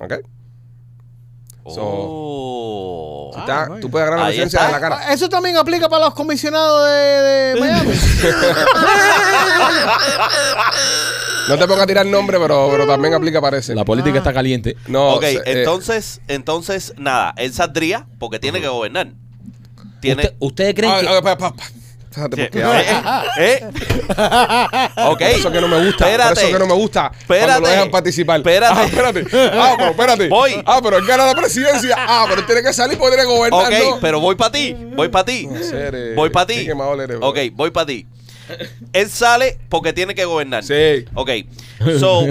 S1: ¿Ok?
S3: Ah,
S1: So,
S3: Oh.
S4: Ah,
S1: Está-
S4: vaya.
S1: tú puedes agarrar la
S3: Ahí
S1: licencia
S3: está.
S1: de la cara.
S4: Ah, Eso también aplica para los comisionados de, de Miami.
S1: No te pongas a tirar nombre, pero, pero también aplica para ese.
S2: La
S3: Ah.
S2: política está caliente.
S1: No,
S3: ok,
S1: se- eh,
S3: entonces, entonces, nada, él saldría porque tiene que gobernar. Tiene.
S2: Usted- ¿Ustedes creen
S1: ah,
S2: que.?
S1: ah, pa- pa- pa- espérate, porque ahora-
S3: Eh, eh, eh. Ok.
S1: Por eso que no me gusta. Por eso
S3: Espérate.
S1: que no me gusta. Cuando lo
S3: Espérate.
S1: dejan participar.
S3: Espérate.
S1: Ah, espérate. Ah, pero espérate.
S3: Voy.
S1: Ah, pero él gana la presidencia. Ah, pero él tiene que salir porque tiene que gobernar.
S3: Ok,
S1: ¿no?
S3: pero voy para ti, voy para ti.
S1: ser, eh,
S3: Voy para
S1: qué
S3: ti.
S1: quemado eres, bro.
S3: Ok, voy para ti. Él sale porque tiene que gobernar.
S1: Sí.
S3: Ok. So,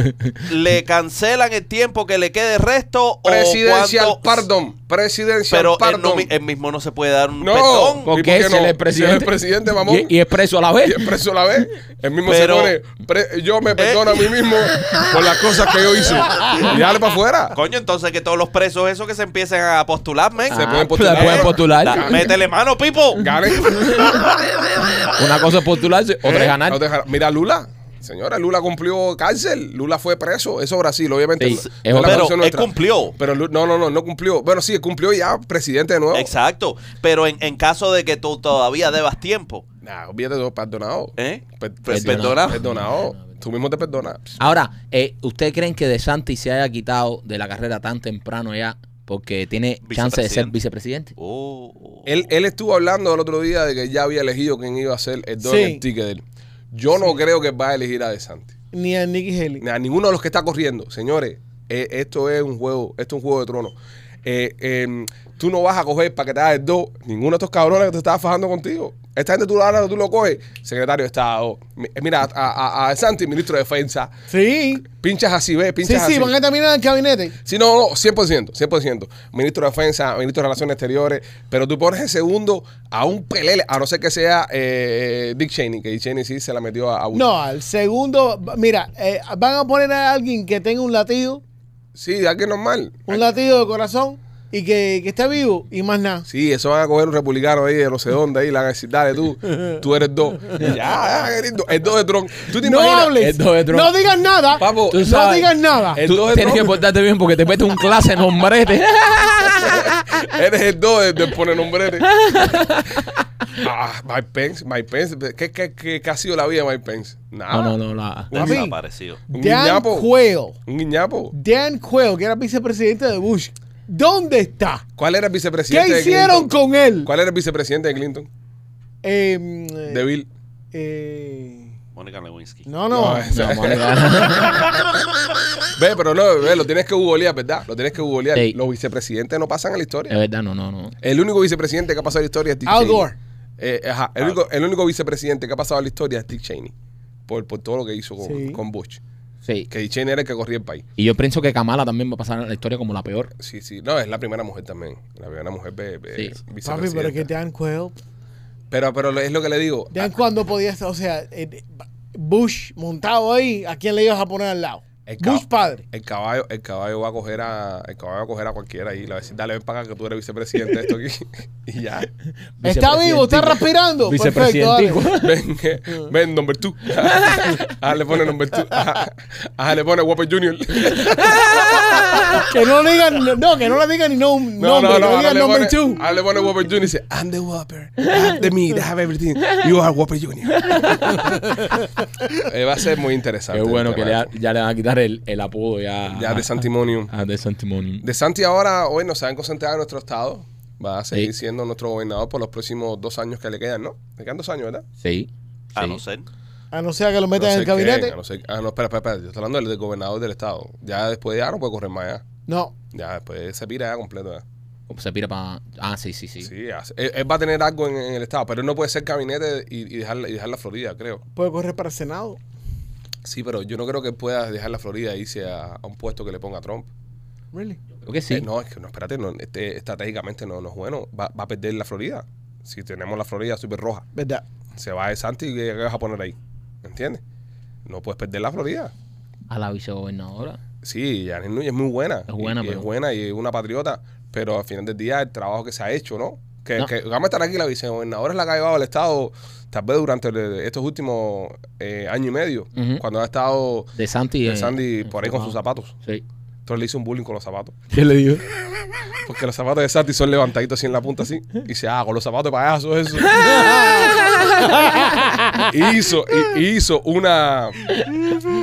S3: ¿le cancelan el tiempo que le quede resto o
S1: Presidencial
S3: cuánto-
S1: pardon. Presidencial
S3: Pero eh, él, no
S1: pardon.
S3: mi- él mismo no se puede dar un
S1: No.
S3: perdón.
S1: ¿y por
S2: Porque
S1: qué
S2: es
S1: no?
S2: el
S1: Si él
S2: presidente.
S1: es presidente, mamón.
S2: Y, y es preso a la vez.
S1: y el preso a la vez. El mismo
S3: Pero-
S1: se pone. pre- yo me perdono a mí mismo por las cosas que yo hice. Y dale para afuera.
S3: Coño, entonces que todos los presos esos que se empiecen a postular, men.
S1: Se
S2: Ah,
S1: pueden
S2: pues,
S1: postular.
S2: se pueden postular.
S3: Da- métele mano, Pipo.
S1: Ganen.
S2: Una cosa es postularse, otra es ganar.
S1: No te dejar- Mira, Lula. Señora, Lula cumplió cárcel. Lula fue preso. Eso Brasil, obviamente.
S2: Sí,
S1: no-
S2: es
S1: no es la
S2: otra-
S1: condición
S3: Pero él
S1: nuestra.
S3: cumplió.
S1: Pero Lu- no, no, no, no cumplió. Bueno, sí, cumplió ya presidente de nuevo.
S3: Exacto. Pero en, en caso de que tú todavía debas tiempo,
S1: Nah, olvídate de perdonado.
S3: ¿eh?
S1: Per-
S3: Pues
S1: per-
S3: perdonado.
S1: Perdonado. Tú mismo te perdonas.
S2: Ahora, eh, ¿ustedes creen que De Santi se haya quitado de la carrera tan temprano ya porque tiene chance de ser vicepresidente?
S3: Oh.
S1: Él, él estuvo hablando el otro día de que ya había elegido quién iba a ser el don
S4: Sí.
S1: en el ticket de él. Yo no creo que va a elegir a De Santi.
S4: Ni a Nikki Haley.
S1: Ni A ninguno de los que está corriendo. Señores, eh, esto es un juego. Esto es un juego de tronos. eh, eh, tú no vas a coger para que te hagas dos, ninguno de estos cabrones que te estaba fajando contigo. Esta gente tú lo hablas, tú lo coges, secretario de Estado, mi- eh, mira, a, a- a Santi, ministro de Defensa,
S4: Sí.
S1: pinchas así, ve,
S4: Sí,
S1: pinchas así.
S4: sí, van a terminar en el gabinete.
S1: Sí, no, no, 100%, 100%. Ministro de Defensa, ministro de Relaciones Exteriores, pero tú pones el segundo a un pelele, a no ser que sea eh, Dick Cheney, que Dick Cheney sí se la metió a, a Bush.
S4: No, al segundo, mira, eh, van a poner a alguien que tenga un latido,
S1: Sí, alguien normal.
S4: un latido de corazón y que, que esté vivo y más nada.
S1: Sí, eso van a coger un republicano ahí de no sé dónde, ahí, la van a decir, dale tú, tú eres dos. Ya, ya, querido, el dos de Trump. ¿Tú te
S4: No
S1: imaginas?
S4: hables,
S2: el dos de Trump.
S4: no digas nada,
S1: Papo, Eh,
S2: Tú
S4: no
S2: sabes,
S4: digas nada.
S1: el
S2: Tú
S1: dos de
S2: tienes
S1: Trump.
S2: que portarte bien porque te metes un clase nombrete.
S1: Eres el dos de, de poner nombre. ah, Mike Pence, Mike Pence. ¿Qué, qué, qué, qué ha sido la vida de Mike Pence? Nada.
S2: No, no, no. La,
S1: Un,
S4: Papi.
S3: oh, Desaparecido.
S1: un
S4: Dan
S1: guiñapo.
S4: Quayle,
S1: Un guiñapo.
S4: Dan Quayle, que era vicepresidente de Bush, ¿dónde está?
S1: ¿Cuál era el
S4: ¿Qué
S1: vicepresidente de
S4: hicieron
S1: Clinton?
S4: con él?
S1: ¿Cuál era el vicepresidente de Clinton?
S4: Eh,
S1: De Bill.
S4: eh,
S3: Mónica Lewinsky.
S4: no, no.
S1: No, ese-
S2: no, madre.
S1: Ve, pero no, ve, lo tienes que googlear, ¿verdad? Lo tienes que googlear.
S2: Sí.
S1: Los vicepresidentes no pasan a la historia.
S2: Es verdad, no, no, no.
S1: El único vicepresidente que ha pasado a la historia es Dick
S4: Al
S1: Cheney.
S4: Gore.
S1: Eh, ajá, el, único, el único vicepresidente que ha pasado a la historia es Dick Cheney. Por, por todo lo que hizo con,
S4: Sí.
S1: con Bush.
S2: Sí.
S1: Que Dick Cheney era el que corría el país.
S2: Y yo pienso que Kamala también va a pasar a la historia como la peor.
S1: Sí, sí. No, es la primera mujer también. La primera mujer ve- ve-
S2: Sí.
S4: Papi,
S1: vicepresidenta.
S4: pero que Dan Quayle,
S1: pero, pero es lo que le digo.
S4: Dan cuando podía estar, o sea, eh, Bush montado ahí, ¿a quién le ibas a poner al lado?
S1: El cab-
S4: Bush padre.
S1: El caballo, el caballo va a coger a, el caballo va a coger a cualquiera y le va a decir, dale, ven para acá que tú eres vicepresidente de esto aquí. y ya.
S4: Está vivo, está respirando. Perfecto, dale.
S2: Vicepresidentico.
S1: Ven, eh, ven, number two. Ajá, le pone number two. Ajá, ajá, le pone Whopper Junior.
S4: Que no le digan, no, que no le digan ni no,
S1: No, no,
S4: nombre,
S1: no.
S4: que le
S1: Ahora
S4: digan
S1: le
S4: number
S1: pone,
S4: two.
S1: ahora le pone Whopper Junior y dice, I'm the Whopper. I have the meat, I have everything. You are Whopper Junior. Eh, va a ser muy interesante.
S2: Qué bueno
S1: el
S2: que
S1: tema
S2: le ha-
S1: de-
S2: ya le van a quitar el, el apodo ya.
S1: Ya de Santimonium.
S2: Ah, de Santimonium.
S1: De Santi ahora, hoy nos han concentrado en nuestro estado. Va a seguir
S2: Sí.
S1: siendo nuestro gobernador por los próximos dos años que le quedan, ¿no? Le quedan dos años, ¿verdad?
S2: Sí.
S1: Ah,
S3: A
S2: sí.
S3: no ser.
S4: A no ser que lo metan
S1: No
S4: en
S1: sé
S4: el
S1: quién,
S4: gabinete.
S1: a no ser- ah, no, espera, espera, espera. Yo estoy hablando del, del gobernador del estado. Ya después de ya no puede correr más ya.
S4: No.
S1: Ya después se pira ya completo ya.
S2: Se pira para. Ah, sí, sí, sí.
S1: Sí, ya. Él, él va a tener algo en, en el estado, pero él no puede ser gabinete y, y dejar, y dejar la Florida, creo.
S4: Puede correr para el Senado.
S1: Sí, pero yo no creo que él pueda dejar la Florida e irse a, a un puesto que le ponga Trump.
S4: Really?
S2: Creo que sí.
S1: Eh, no, es que no, espérate, no, este, estratégicamente no, no es bueno. Va, va a perder la Florida. Si tenemos la Florida súper roja.
S4: ¿Verdad?
S1: se va de Santi y qué vas a poner ahí. ¿Me entiendes? No puedes perder la Florida.
S2: A la vicegobernadora.
S1: Sí, Yanin Núñez es muy buena.
S2: Es buena,
S1: y, y
S2: pero-
S1: es buena y es una patriota, pero al final del día el trabajo que se ha hecho, ¿no? Que,
S2: No.
S1: que vamos a estar aquí, la vicegobernadora es la que ha llevado al Estado, tal vez durante el- estos últimos eh, año y medio,
S2: Ujú.
S1: cuando ha estado
S2: De Santi.
S1: de
S2: eh,
S1: Sandy por ahí con sus zapatos.
S2: Sí.
S1: Entonces le hizo un bullying con los zapatos.
S2: ¿Qué le digo?
S1: Porque los zapatos de Santi son levantaditos así en la punta, así. Y dice, ah, con los zapatos de payaso, eso. Y hizo, y- y hizo una.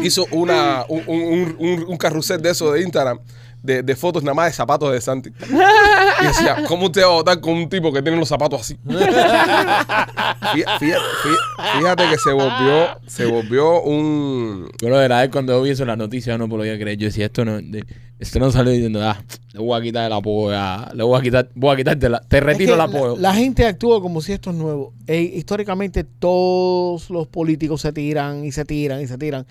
S1: Hizo una, un, un- un- un carrusel de eso de Instagram. De, de fotos nada más de zapatos de Santi. Y decía, ¿cómo usted va a votar con un tipo que tiene los zapatos así? Fí- fí- fí- Fíjate, que se volvió, se volvió un.
S2: Bueno, de verdad, cuando yo vi eso en la noticia, yo no podía creer. Yo decía, esto no, de- esto no salió diciendo, ah, le voy a quitar el apoyo, ah, le voy a quitar, voy a quitarte la, te
S4: Es
S2: retiro
S4: que
S2: el
S4: la,
S2: apoyo.
S4: la gente actúa como si esto es nuevo. E históricamente todos los políticos se tiran y se tiran y se tiran.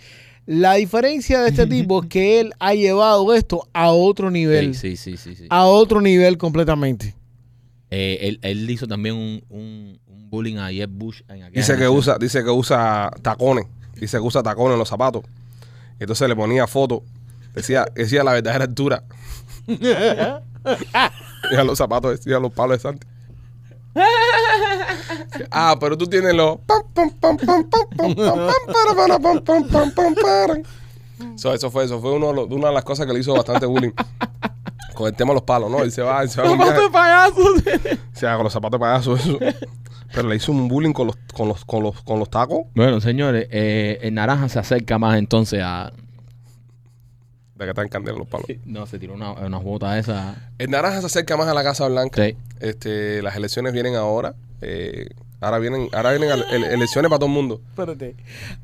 S4: La diferencia de este tipo es que él ha llevado esto a otro nivel.
S2: Sí, sí, sí, sí.
S1: Ah.
S2: sí.
S4: A otro nivel completamente.
S2: Eh, él, él hizo también un, un, un bullying a Jeb Bush en aquella
S1: Dice que
S2: nación.
S1: usa, dice que usa tacones. Dice que usa tacones en los zapatos. Entonces le ponía foto. Decía, decía la verdadera altura. Decía los zapatos, decía los palos de Santi. Ah, pero tú tienes los. pam, pam, pam, pam, pam, pam, pam, pam, para, para, pam, pam, pam, pam, para. So, eso fue, eso fue uno de los- una de las cosas que le hizo bastante bullying. Con el tema de los palos, ¿no? Él se va, él se va con viaje. O sea, con los zapatos de payaso, eso. Pero le hizo un bullying con los, con los, con los, con los tacos.
S2: Bueno, señores, eh, el naranja se acerca más entonces a...
S1: De que están candela los palos.
S2: No, se tiró una, una bota esa.
S1: El naranja se acerca más a la Casa Blanca.
S2: Sí.
S1: Este, las elecciones vienen ahora. Eh, Ahora vienen, ahora vienen ale- ele- elecciones para todo el mundo.
S4: Espérate.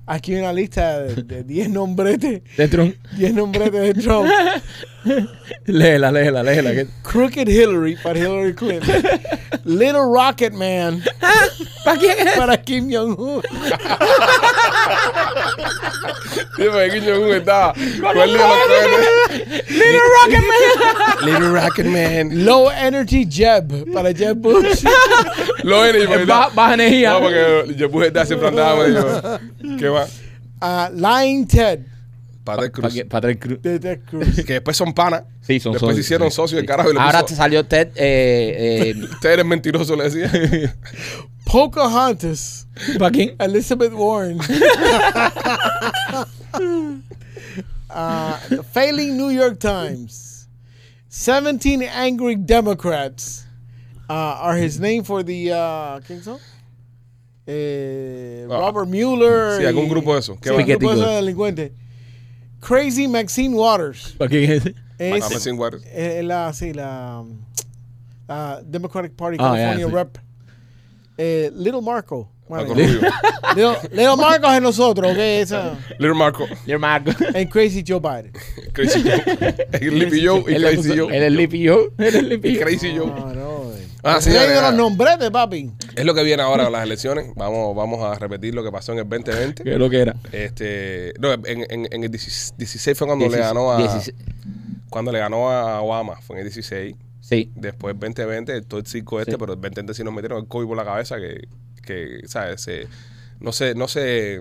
S4: Aquí hay una lista de de 10 nombretes.
S2: De Trump.
S4: 10 nombretes de Trump.
S2: Léela, léela, léela. que-
S4: Crooked Hillary para Hillary Clinton. Little Rocket Man
S2: ¿Para quién es?
S4: para Kim Jong-un.
S1: Dime, Kim Jong-un estaba. ¿Cuál de los
S2: Little Rocket Man.
S1: tres? Little Rocket Man.
S4: Low Energy Jeb para Jeb Bush.
S1: Lo era y
S2: Baja, baja energía.
S1: No, porque yo puse estar siempre andaba medio. ¿Qué va?
S4: Ah, Lying Ted
S1: Pater
S2: Pa'
S1: Cruz.
S2: que- pa' Ted Cruz.
S4: de Ted Cruz.
S1: Que después son panas.
S2: Sí, son
S1: Después se
S2: socios,
S1: hicieron
S2: sí,
S1: socios
S2: sí.
S1: el carajo y le
S2: Ahora
S1: puso,
S2: salió Ted. Eh,
S1: Usted eres mentiroso, le decía.
S4: Pocahontas.
S2: eh, ¿Para quién?
S4: Elizabeth Warren. uh, the failing New York Times. 17 angry Democrats uh, are his name for the. Uh, ¿quién son? Eh,
S1: Ah.
S4: Robert Mueller.
S1: Sí, algún
S4: y-
S1: grupo de esos. ¿Qué
S4: Sí,
S1: va?
S4: un grupo de
S2: Piqueticos.
S4: esos delincuentes. Crazy Maxine Waters.
S2: ¿Para quién es ese?
S4: Es,
S1: Ah, Maxine Waters.
S4: eh, la, sí, la, um, la Democratic Party
S2: Ah, ya,
S4: California
S2: sí.
S4: Rep. Eh, Little Marco.
S1: Marco
S4: Madre.
S1: Rubio.
S4: Leo, Leo Marcos es nosotros, ¿ok? Esa.
S1: Little Marco.
S2: Little Marco.
S4: And Crazy Joe Biden.
S1: Ah, Crazy Joe. El Lippy Joe y
S2: Él le puso-
S1: Crazy
S2: él
S1: Joe.
S2: es Lippy Joe. Él es Lippy
S1: Y
S2: Joe.
S1: Crazy Joe.
S4: no. eh.
S1: Ah,
S4: El
S1: sí,
S4: rey
S1: ya,
S4: de
S1: ya.
S4: los nombretes, papi.
S1: Es lo que viene ahora con las elecciones. Vamos, vamos a repetir lo que pasó en el 2020.
S2: ¿Qué es lo que era?
S1: Este, no, en, en- en el 16 16 fue cuando le ganó a
S2: 16.
S1: cuando le ganó a Obama, fue en el 16.
S2: Sí.
S1: Después 2020, todo el circo este,
S2: Sí.
S1: pero el 2020 sí nos metieron el COVID por la cabeza que, que ¿sabes? Se- no se, no se,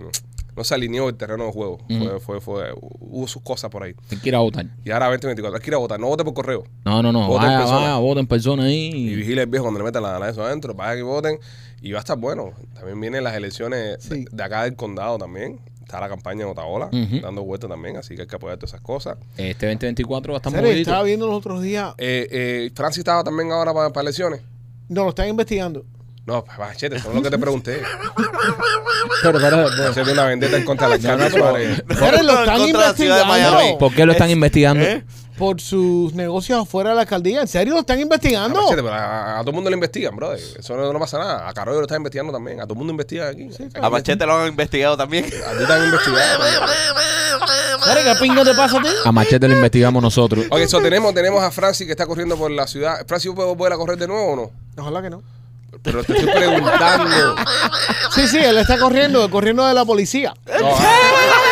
S1: no se alineó el terreno de juego.
S2: Ujú.
S1: Fue, fue, fue- hubo sus cosas por ahí.
S2: Hay que ir a votar.
S1: Y ahora 2024, hay que ir a votar, no vote por correo.
S2: No, no, no.
S1: Vota en
S2: Vaya,
S1: persona.
S2: vaya, vota en persona
S1: Y
S2: ahí.
S1: vigila el viejo cuando le metan la nana eso adentro, para que voten. Y va a estar bueno. También vienen las elecciones
S4: Sí.
S1: de, de acá del condado también. Está la campaña de Otaola,
S2: Ujú.
S1: dando vuelta también, así que hay que apoyar todas esas cosas.
S2: Este 2024 va a estar
S4: Serio,
S2: movidito.
S4: estaba viendo los otros días.
S1: Eh, eh, Francis estaba también ahora para, para elecciones.
S4: No, lo están investigando.
S1: No, pues, machete, eso no es lo que te pregunté.
S2: Pero, pero, pero,
S1: Hacer una vendetta en contra de las
S2: No, no,
S1: carnes
S2: pero-
S1: Suárez.
S4: Serio, lo
S3: no, en
S4: están
S3: contra de la ciudad de
S4: investigando
S3: Miami.
S4: por,
S2: ¿Por qué lo están investigando?
S3: ¿Eh?
S4: sus negocios afuera de la alcaldía. ¿En serio lo están
S1: Ah,
S4: investigando?
S1: machete, pero a, a- a todo el mundo le investigan, brother. Eso no, no pasa nada. A Carollo lo está investigando también. A todo el mundo investiga aquí. Aquí
S3: A Machete lo han investigado también.
S1: A ti también investigado.
S4: ¿Sabes qué pinga te pasa a ti?
S2: A Machete lo investigamos nosotros.
S1: Ok, eso tenemos, tenemos a Francis que está corriendo por la ciudad. Francis, ¿puedo volver a correr de nuevo o no?
S4: Ojalá que no.
S1: Pero te estoy preguntando.
S4: Sí, sí, él está corriendo, corriendo de la policía.
S1: No, ah.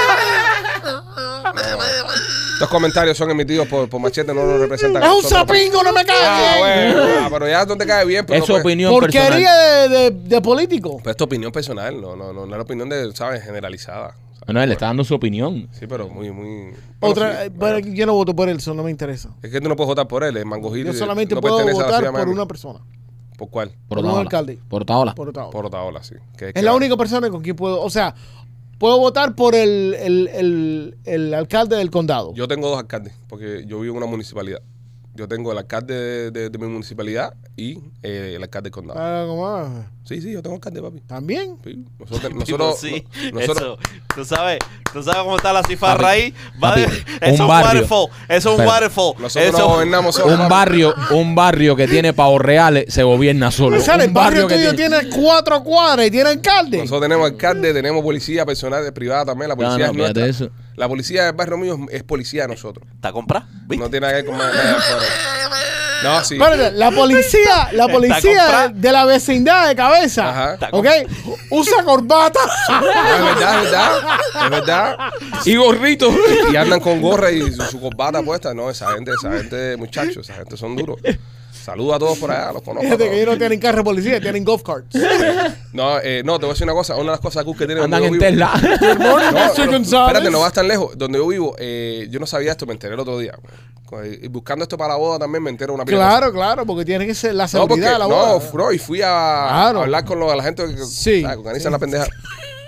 S1: Estos comentarios son emitidos por, por Machete, no nos representan. a
S4: ¡Es un
S1: nosotros.
S4: sapingo, no me
S1: Ah,
S4: cae bien!
S1: bueno, ah, pero ya no te cae bien. Pero
S2: Es su
S1: no, pues,
S2: opinión personal.
S4: Porquería de, de, de político.
S1: Pero es tu opinión personal, no, no, no, no es la opinión de, ¿sabes? Generalizada.
S2: No, él le está dando su opinión.
S1: Sí, pero muy, muy. bueno,
S4: Otra,
S1: sí,
S4: eh,
S1: bueno.
S4: pero yo no voto por él, eso no me interesa.
S1: Es que tú no puedes votar por él, es Mango Gil.
S4: Yo
S1: eh,
S4: solamente
S1: no
S4: puedo
S1: pertenece a la
S4: votar
S1: ciudad de
S4: por
S1: Miami.
S4: una persona,
S1: ¿Por cuál?
S2: Por
S4: Por un
S2: Otaola.
S4: alcalde.
S2: Por Otaola.
S4: por Ottawa.
S1: Por Otaola, sí. Que- que-
S4: Es la única persona con quien puedo, o sea, puedo votar por el, el, el, el alcalde del condado.
S1: Yo tengo dos alcaldes, porque yo vivo en una municipalidad. Yo tengo el alcalde de, de- de mi municipalidad y eh, el alcalde del condado.
S4: Ah, ¿cómo va?
S1: Sí, sí, yo tengo alcalde, papi.
S4: También.
S1: Sí, Nosotros,
S3: Tipo,
S1: nosotros,
S3: sí,
S1: no- nosotros-
S3: eso. Tú sabes, tú sabes cómo está la cifarra ahí. Va
S2: papi,
S3: de-
S2: un
S3: eso es un
S2: barrio.
S3: waterfall. Eso es un
S2: Espera.
S3: waterfall.
S1: nosotros no
S3: Eso
S1: gobernamos solos.
S2: Un
S1: papi.
S2: barrio, un barrio que tiene pavos reales se gobierna solo.
S4: O sea, el
S2: Un
S4: barrio tuyo tiene... cuatro cuadras y tiene alcalde.
S1: Nosotros tenemos alcalde, tenemos policía personal de privada también. La policía
S2: No, no,
S1: es nuestra.
S2: fíjate eso.
S1: La policía del barrio mío es, es policía de nosotros.
S3: está comprado.
S1: No tiene nada que ver con nada de afuera. No, sí.
S4: Espérate, la policía, la policía
S3: comprada.
S4: de la vecindad de cabeza,
S1: Ajá.
S3: Está
S4: ¿ok? Usa corbata.
S1: No, es verdad, es verdad. Es verdad.
S2: Y gorrito.
S1: Y andan con gorra y su, su corbata puesta. No, esa gente, esa gente, muchachos, esa gente son duros. Saludos a todos por allá, los conozco. a
S4: Fíjate que
S1: todos.
S4: ellos no tienen carro de policía, tienen golf carts.
S1: No, eh, no, te voy a decir una cosa. Una de las cosas cool que tiene
S2: Andan
S1: donde yo
S2: en
S1: vivo-
S2: Tesla.
S1: No,
S4: Morning, Mr.
S1: pero-
S4: González.
S1: espérate, no vas tan lejos. Donde yo vivo, eh, yo no sabía esto, me enteré el otro día. Y buscando esto para la boda también me entero una pila de
S4: Claro, claro, porque tiene que ser la
S1: pues, No, porque,
S4: seguridad de la
S1: no,
S4: boda.
S1: bro, y fui a,
S4: Claro.
S1: a hablar con los, a la gente que
S4: Sí.
S1: ¿sabes? que organizan la pendeja.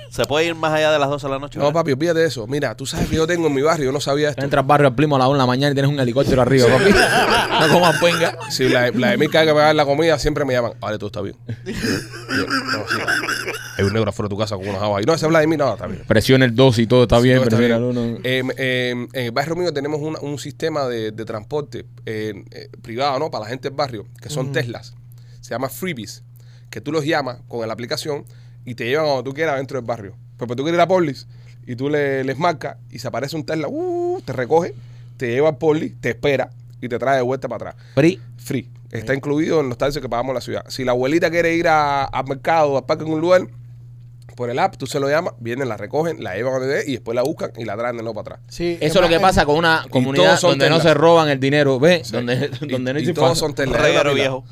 S3: ¿Se puede ir más allá de las 12 de la noche?
S1: No, papi, olvídate de eso. Mira, tú sabes que yo tengo en mi barrio, yo no sabía esto.
S2: Entras barrio al primo a la 1 de la mañana y tienes un helicóptero arriba, papi. No comas venga.
S1: Si la, la de mí cae que me dan la comida, siempre me llaman. Vale, todo está bien. Y yo, no, sí, hay un negro afuera de tu casa con unos jabas. Y no, ese Vladimir, no, está bien.
S2: Presiona el 2 y todo está bien.
S1: Todo está
S2: presiona
S1: bien.
S2: el uno.
S1: Eh, eh, en el barrio mío tenemos una- un sistema de, de transporte eh, eh, privado, ¿no? Para la gente del barrio, que son Teslas. Se llama Freebies. que tú los llamas con la aplicación y te llevan cuando tú quieras dentro del barrio. Pero, pero tú quieres ir a Polis y tú le- les marcas y se aparece un Tesla, uh, te recoge, te lleva a Polis, te espera y te trae de vuelta para atrás.
S2: Free.
S1: Free. Está incluido en los taxis que pagamos en la ciudad. Si la abuelita quiere ir a- al mercado, al parque en un lugar, por el app, tú se lo llamas, vienen, la recogen, la llevan donde dé y después la buscan y la traen de nuevo para atrás.
S4: Sí,
S2: Eso es lo
S4: más,
S2: que
S4: en-
S2: pasa con una comunidad
S1: todos son
S2: donde no
S1: Tesla.
S2: se roban el dinero, ¿ves? Donde,
S1: Sí.
S2: donde
S1: Y-
S2: no
S1: y
S2: hay
S1: todos son Tesla. hay una
S3: Reguero
S1: pila.
S3: viejo.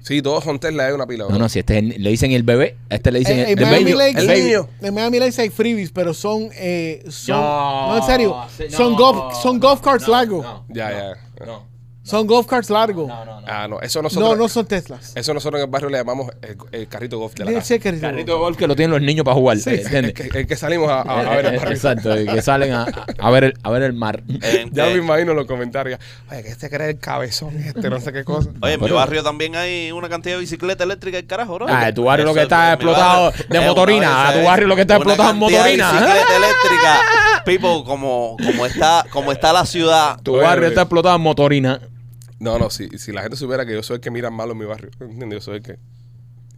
S1: Sí, todos son Tesla, hay una pila.
S2: No, no, si este es el- le dicen el bebé, a este le dicen
S4: Eh,
S2: el,
S4: En
S2: the
S4: Miami
S2: baby.
S4: Lakes,
S1: el niño.
S4: en Miami Lakes hay freebies, pero son, eh, son
S2: No,
S4: no, en serio,
S2: se-
S4: son
S2: no,
S4: golf, son golf carts
S2: no,
S4: largos,
S2: no,
S1: Ya,
S2: no,
S1: ya.
S2: No,
S4: son golf carts largos,
S2: no,
S4: no,
S2: no. no.
S1: Ah, no, eso
S4: no,
S1: nosotros,
S4: son Teslas.
S1: eso nosotros en el barrio le llamamos el, el carrito golf de la
S4: Debe
S1: casa.
S4: ser que-
S2: Carrito de golf que lo tienen los niños para jugar,
S4: Sí,
S2: ¿eh?
S1: El
S2: ¿entiendes? Eh,
S1: que, el que salimos a, a- a ver el barrio.
S2: Exacto, y que salen a, a ver el, a ver el mar.
S3: En-
S1: Ya me
S3: eh,
S1: imagino los comentarios. Oye, que este que era el cabezón, este no sé qué cosa.
S3: Oye, en mi
S2: Pero-
S3: barrio también hay una cantidad de bicicleta eléctrica, el carajo, bro.
S2: Ah, tu barrio lo
S3: Eso
S2: que
S3: es-
S2: está
S3: en mi
S2: explotado
S3: barrio-
S2: de
S3: Eh,
S2: motorina,
S3: una
S2: a tu
S3: vez,
S2: barrio lo que está
S3: una
S2: explotado es
S3: cantidad de
S2: motorina.
S3: Bicicleta eléctrica. People, como, como, está, como está la ciudad.
S2: Tu
S1: eh.
S2: barrio está explotado en motorina.
S1: No, no, si, si la gente supiera que yo soy el que mira malo en mi barrio, ¿entiendes? Yo soy el que.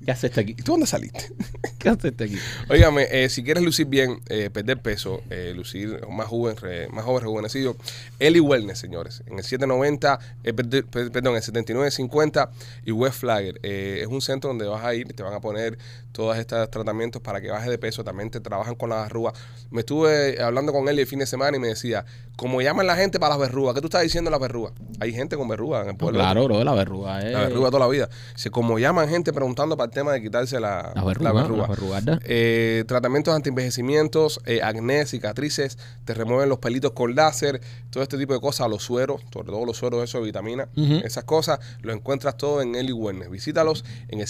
S2: ¿Qué haces aquí?
S1: ¿Y tú dónde saliste?
S2: ¿Qué haces aquí?
S1: Óigame, eh, si quieres lucir bien, eh, perder peso, eh, lucir más joven, re- más joven rejuvenecido, Eli Wellness, señores, en el 790, eh, perd- per- perdón, en el 7950 y West Flagger. eh, es un centro donde vas a ir, te van a poner todos estos tratamientos para que bajes de peso, también te trabajan con las arrugas. Me estuve hablando con Eli el fin de semana y me decía, como llaman la gente para las verrugas, ¿qué tú estás diciendo de las verrugas? Hay gente con verrugas en el pueblo.
S2: claro, bro, la verruga es.
S1: La verruga toda la vida. Se, como llaman gente preguntando para el tema de quitarse la,
S2: La verruga, la verruga, ¿verdad?
S1: Eh, tratamientos antienvejecimientos, eh, acné, cicatrices, te remueven los pelitos con láser, todo este tipo de cosas, los sueros, sobre todo los sueros esos de vitamina,
S2: Ujú.
S1: esas cosas, lo encuentras todo en Eli Wellness. Visítalos en el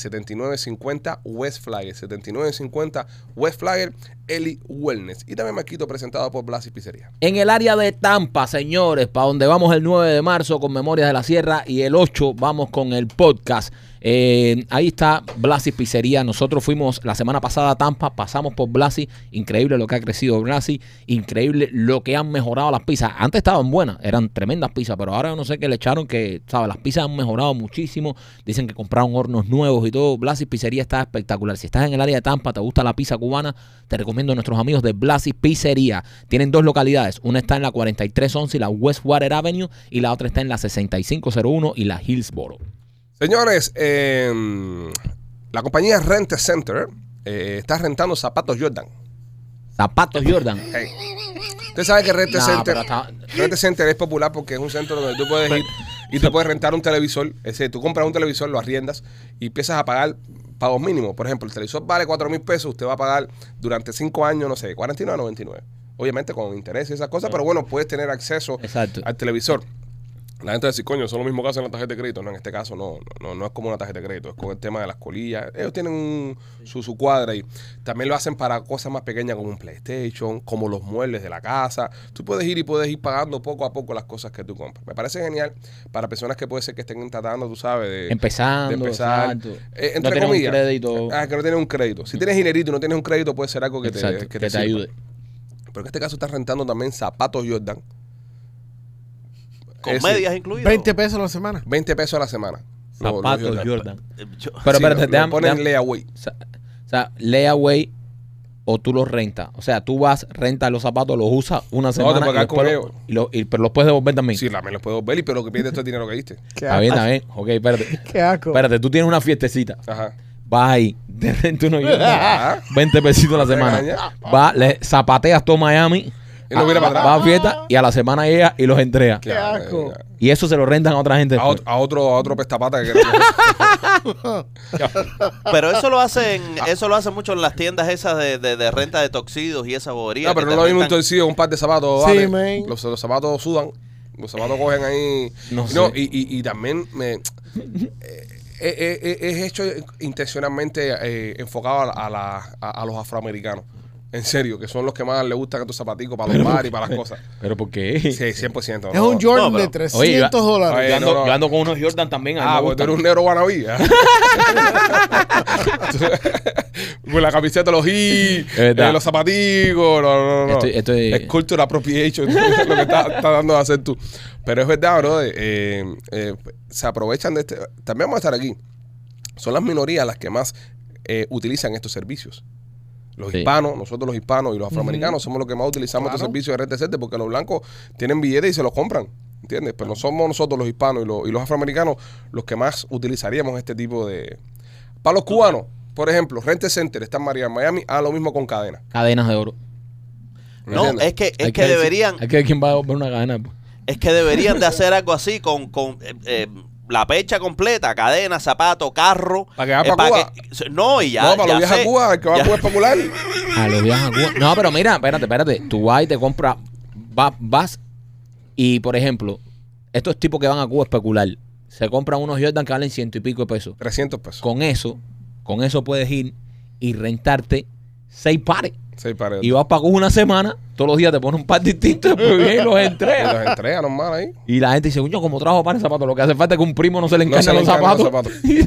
S1: 7950 West Flagger, 7950 West Flagger, Eli Wellness. Y también me quito presentado por Blas y Pizzería.
S2: En el área de Tampa, señores, para donde vamos el 9 de marzo con Memorias de la Sierra y el 8 vamos con el podcast. Eh, ahí está Blasi Pizzería. Nosotros fuimos la semana pasada a Tampa, pasamos por Blasi. Increíble lo que ha crecido Blasi, increíble lo que han mejorado las pizzas. Antes estaban buenas, eran tremendas pizzas, pero ahora yo no sé qué le echaron, que ¿sabes? las pizzas han mejorado muchísimo. Dicen que compraron hornos nuevos y todo. Blasi Pizzería está espectacular. Si estás en el área de Tampa, te gusta la pizza cubana, te recomiendo a nuestros amigos de Blasi Pizzería. Tienen dos localidades. Una está en la 4311 y la Westwater Avenue y la otra está en la 6501 y la Hillsboro.
S1: Señores, eh, la compañía Rent a Center eh, está rentando zapatos Jordan. Este
S2: Zapatos Jordan.
S1: Hey. Usted sabe que Rent a
S2: No,
S1: Center,
S2: pero está-
S1: Rent a Center es popular porque es un centro donde tú puedes ir y tú puedes rentar un televisor. Es decir, tú compras un televisor, lo arriendas y empiezas a pagar pagos mínimos. Por ejemplo, el televisor vale 4 mil pesos, usted va a pagar durante 5 años, no sé, 49 a 99. Obviamente con interés y esas cosas, pero bueno, puedes tener acceso
S2: Exacto.
S1: al televisor. La gente dice, coño, son lo mismo que hacen la tarjeta de crédito. No, en este caso no, no, no es como una tarjeta de crédito, es con el tema de las colillas. Ellos tienen un- su, su cuadra ahí. También lo hacen para cosas más pequeñas como un PlayStation, como los muebles de la casa. Tú puedes ir y puedes ir pagando poco a poco las cosas que tú compras. Me parece genial para personas que puede ser que estén tratando, tú sabes, de,
S2: Empezando.
S1: de empezar.
S2: exacto.
S1: eh,
S2: no
S1: entre
S2: tienen un
S1: comillas.
S2: crédito.
S1: Ah, que no tienes un crédito. Si tienes dinerito y no tienes un crédito, puede ser algo que
S2: Exacto,
S1: te, que te
S2: que te
S1: sirva.
S2: ayude.
S1: Pero en este caso estás rentando también zapatos Jordan.
S3: Con
S1: Es decir,
S3: medias incluidas.
S4: 20 pesos a la semana.
S1: 20 pesos a la semana. Lo- lo-
S2: Zapatos
S1: lo-
S2: Jordan.
S3: Eh, Yo-
S2: Pero
S1: Sí,
S2: espérate,
S1: lo-
S2: déjame-
S1: lo ponen
S2: déjame-
S1: layaway.
S2: O sea, o sea, layaway o tú los rentas. O sea, tú vas, rentas los zapatos, los usas una
S1: te
S2: semana. y
S1: pagas
S2: después
S1: con
S2: los-
S1: ellos.
S2: y los- y- pero los puedes devolver también.
S1: Sí, la me los puedo ver, y- pero lo que pierdes es todo el dinero que diste.
S4: Qué
S2: Está bien, está bien. Ok, espérate.
S4: Qué asco.
S2: Espérate, tú tienes una fiestecita.
S1: Ajá. Ah,
S2: Vas ahí, te rentas uno
S1: Ajá.
S2: 20 pesitos a la semana.
S1: Regaña.
S2: Va, le zapateas todo Miami.
S1: Y lo vira para atrás.
S2: Ah, Va a fiesta y a la semana llega y los entrega.
S4: Qué asco.
S1: Ya,
S2: Y eso se lo rentan a otra gente.
S1: ya. A, ot-
S2: después.
S1: a otro, a otro pestapata que queremos.
S3: Pero eso lo hacen, eso lo hacen mucho en las tiendas esas de, de- de renta de toxidos y esa bobería.
S1: no, pero no
S3: que te
S1: lo mismo un
S3: rentan.
S1: torcido un par de zapatos.
S4: Sí,
S1: vale.
S4: man.
S1: Los, los zapatos sudan. Los zapatos cogen ahí.
S2: No
S1: y,
S2: sé.
S1: y, y- y también me. eh, eh, eh, es hecho intencionalmente eh, enfocado a, la- a la- a- a los afroamericanos. En serio, que son los que más les gustan estos zapaticos para los bares y para las cosas.
S2: Pero ¿por qué?
S1: Sí, 100%.
S4: Es
S1: ¿no?
S4: un
S3: No,
S4: Jordan
S3: pero-
S4: de 300
S2: Oye, yo-
S1: Oye,
S4: dólares.
S2: Yo ando,
S1: no, no.
S2: yo ando con unos Jordan también. a mí
S1: Ah, pues
S2: me
S1: tú
S2: gustan.
S1: eres un negro wannabe. ¿eh? ¿eh? Con la camiseta, los i,
S2: verdad.
S1: eh, los zapaticos, no, no, no.
S2: Estoy- estoy-
S1: Es cultural appropriation lo que estás está dando a hacer tú. Pero es verdad, bro. eh, eh, se aprovechan de este... También vamos a estar aquí. son las minorías las que más eh, utilizan estos servicios. Los
S2: Sí.
S1: hispanos, nosotros los hispanos y los afroamericanos somos los que más utilizamos estos
S4: Claro.
S1: servicios de RTC porque los blancos tienen billetes y se los compran. ¿Entiendes? Pero no somos nosotros los hispanos y los, y los afroamericanos los que más utilizaríamos este tipo de... Para los cubanos, por ejemplo, Rente Center está en Miami, Miami, haga lo mismo con cadena.
S2: Cadenas de oro.
S1: ¿me
S3: No,
S1: entiendes?
S3: es que, es
S2: Hay
S3: que
S2: decir-
S3: deberían,
S2: Hay que ver quién va a comprar una cadena. pues.
S3: es que deberían de hacer algo así con, con eh, eh, la pecha completa, cadena, zapato, carro. eh,
S1: Para que vaya pa' Cuba.
S3: que- no, y ya.
S1: no, para
S3: ya
S1: los viajes
S3: sé.
S1: a Cuba, el que va
S3: Ya-
S1: a Cuba es popular.
S2: A los viajes a Cuba. No, pero mira, espérate, espérate. Tú vas y te compras, va- vas y, por ejemplo, estos tipos que van a Cuba a especular, se compran unos Jordan que valen ciento y pico de pesos.
S1: 300 pesos.
S2: Con eso, con eso puedes ir y rentarte seis pares.
S1: Seis pares.
S2: Y vas para Cuba una semana, todos los días te pones un par distinto después vienes y los
S1: Y
S2: entregas.
S1: los entrega normal ahí.
S2: Y la gente dice, coño, como trajo pares de zapatos, lo que hace falta es que un primo no se le
S1: No
S2: encarne
S1: se le
S2: los,
S1: encarnan
S2: zapatos.
S1: los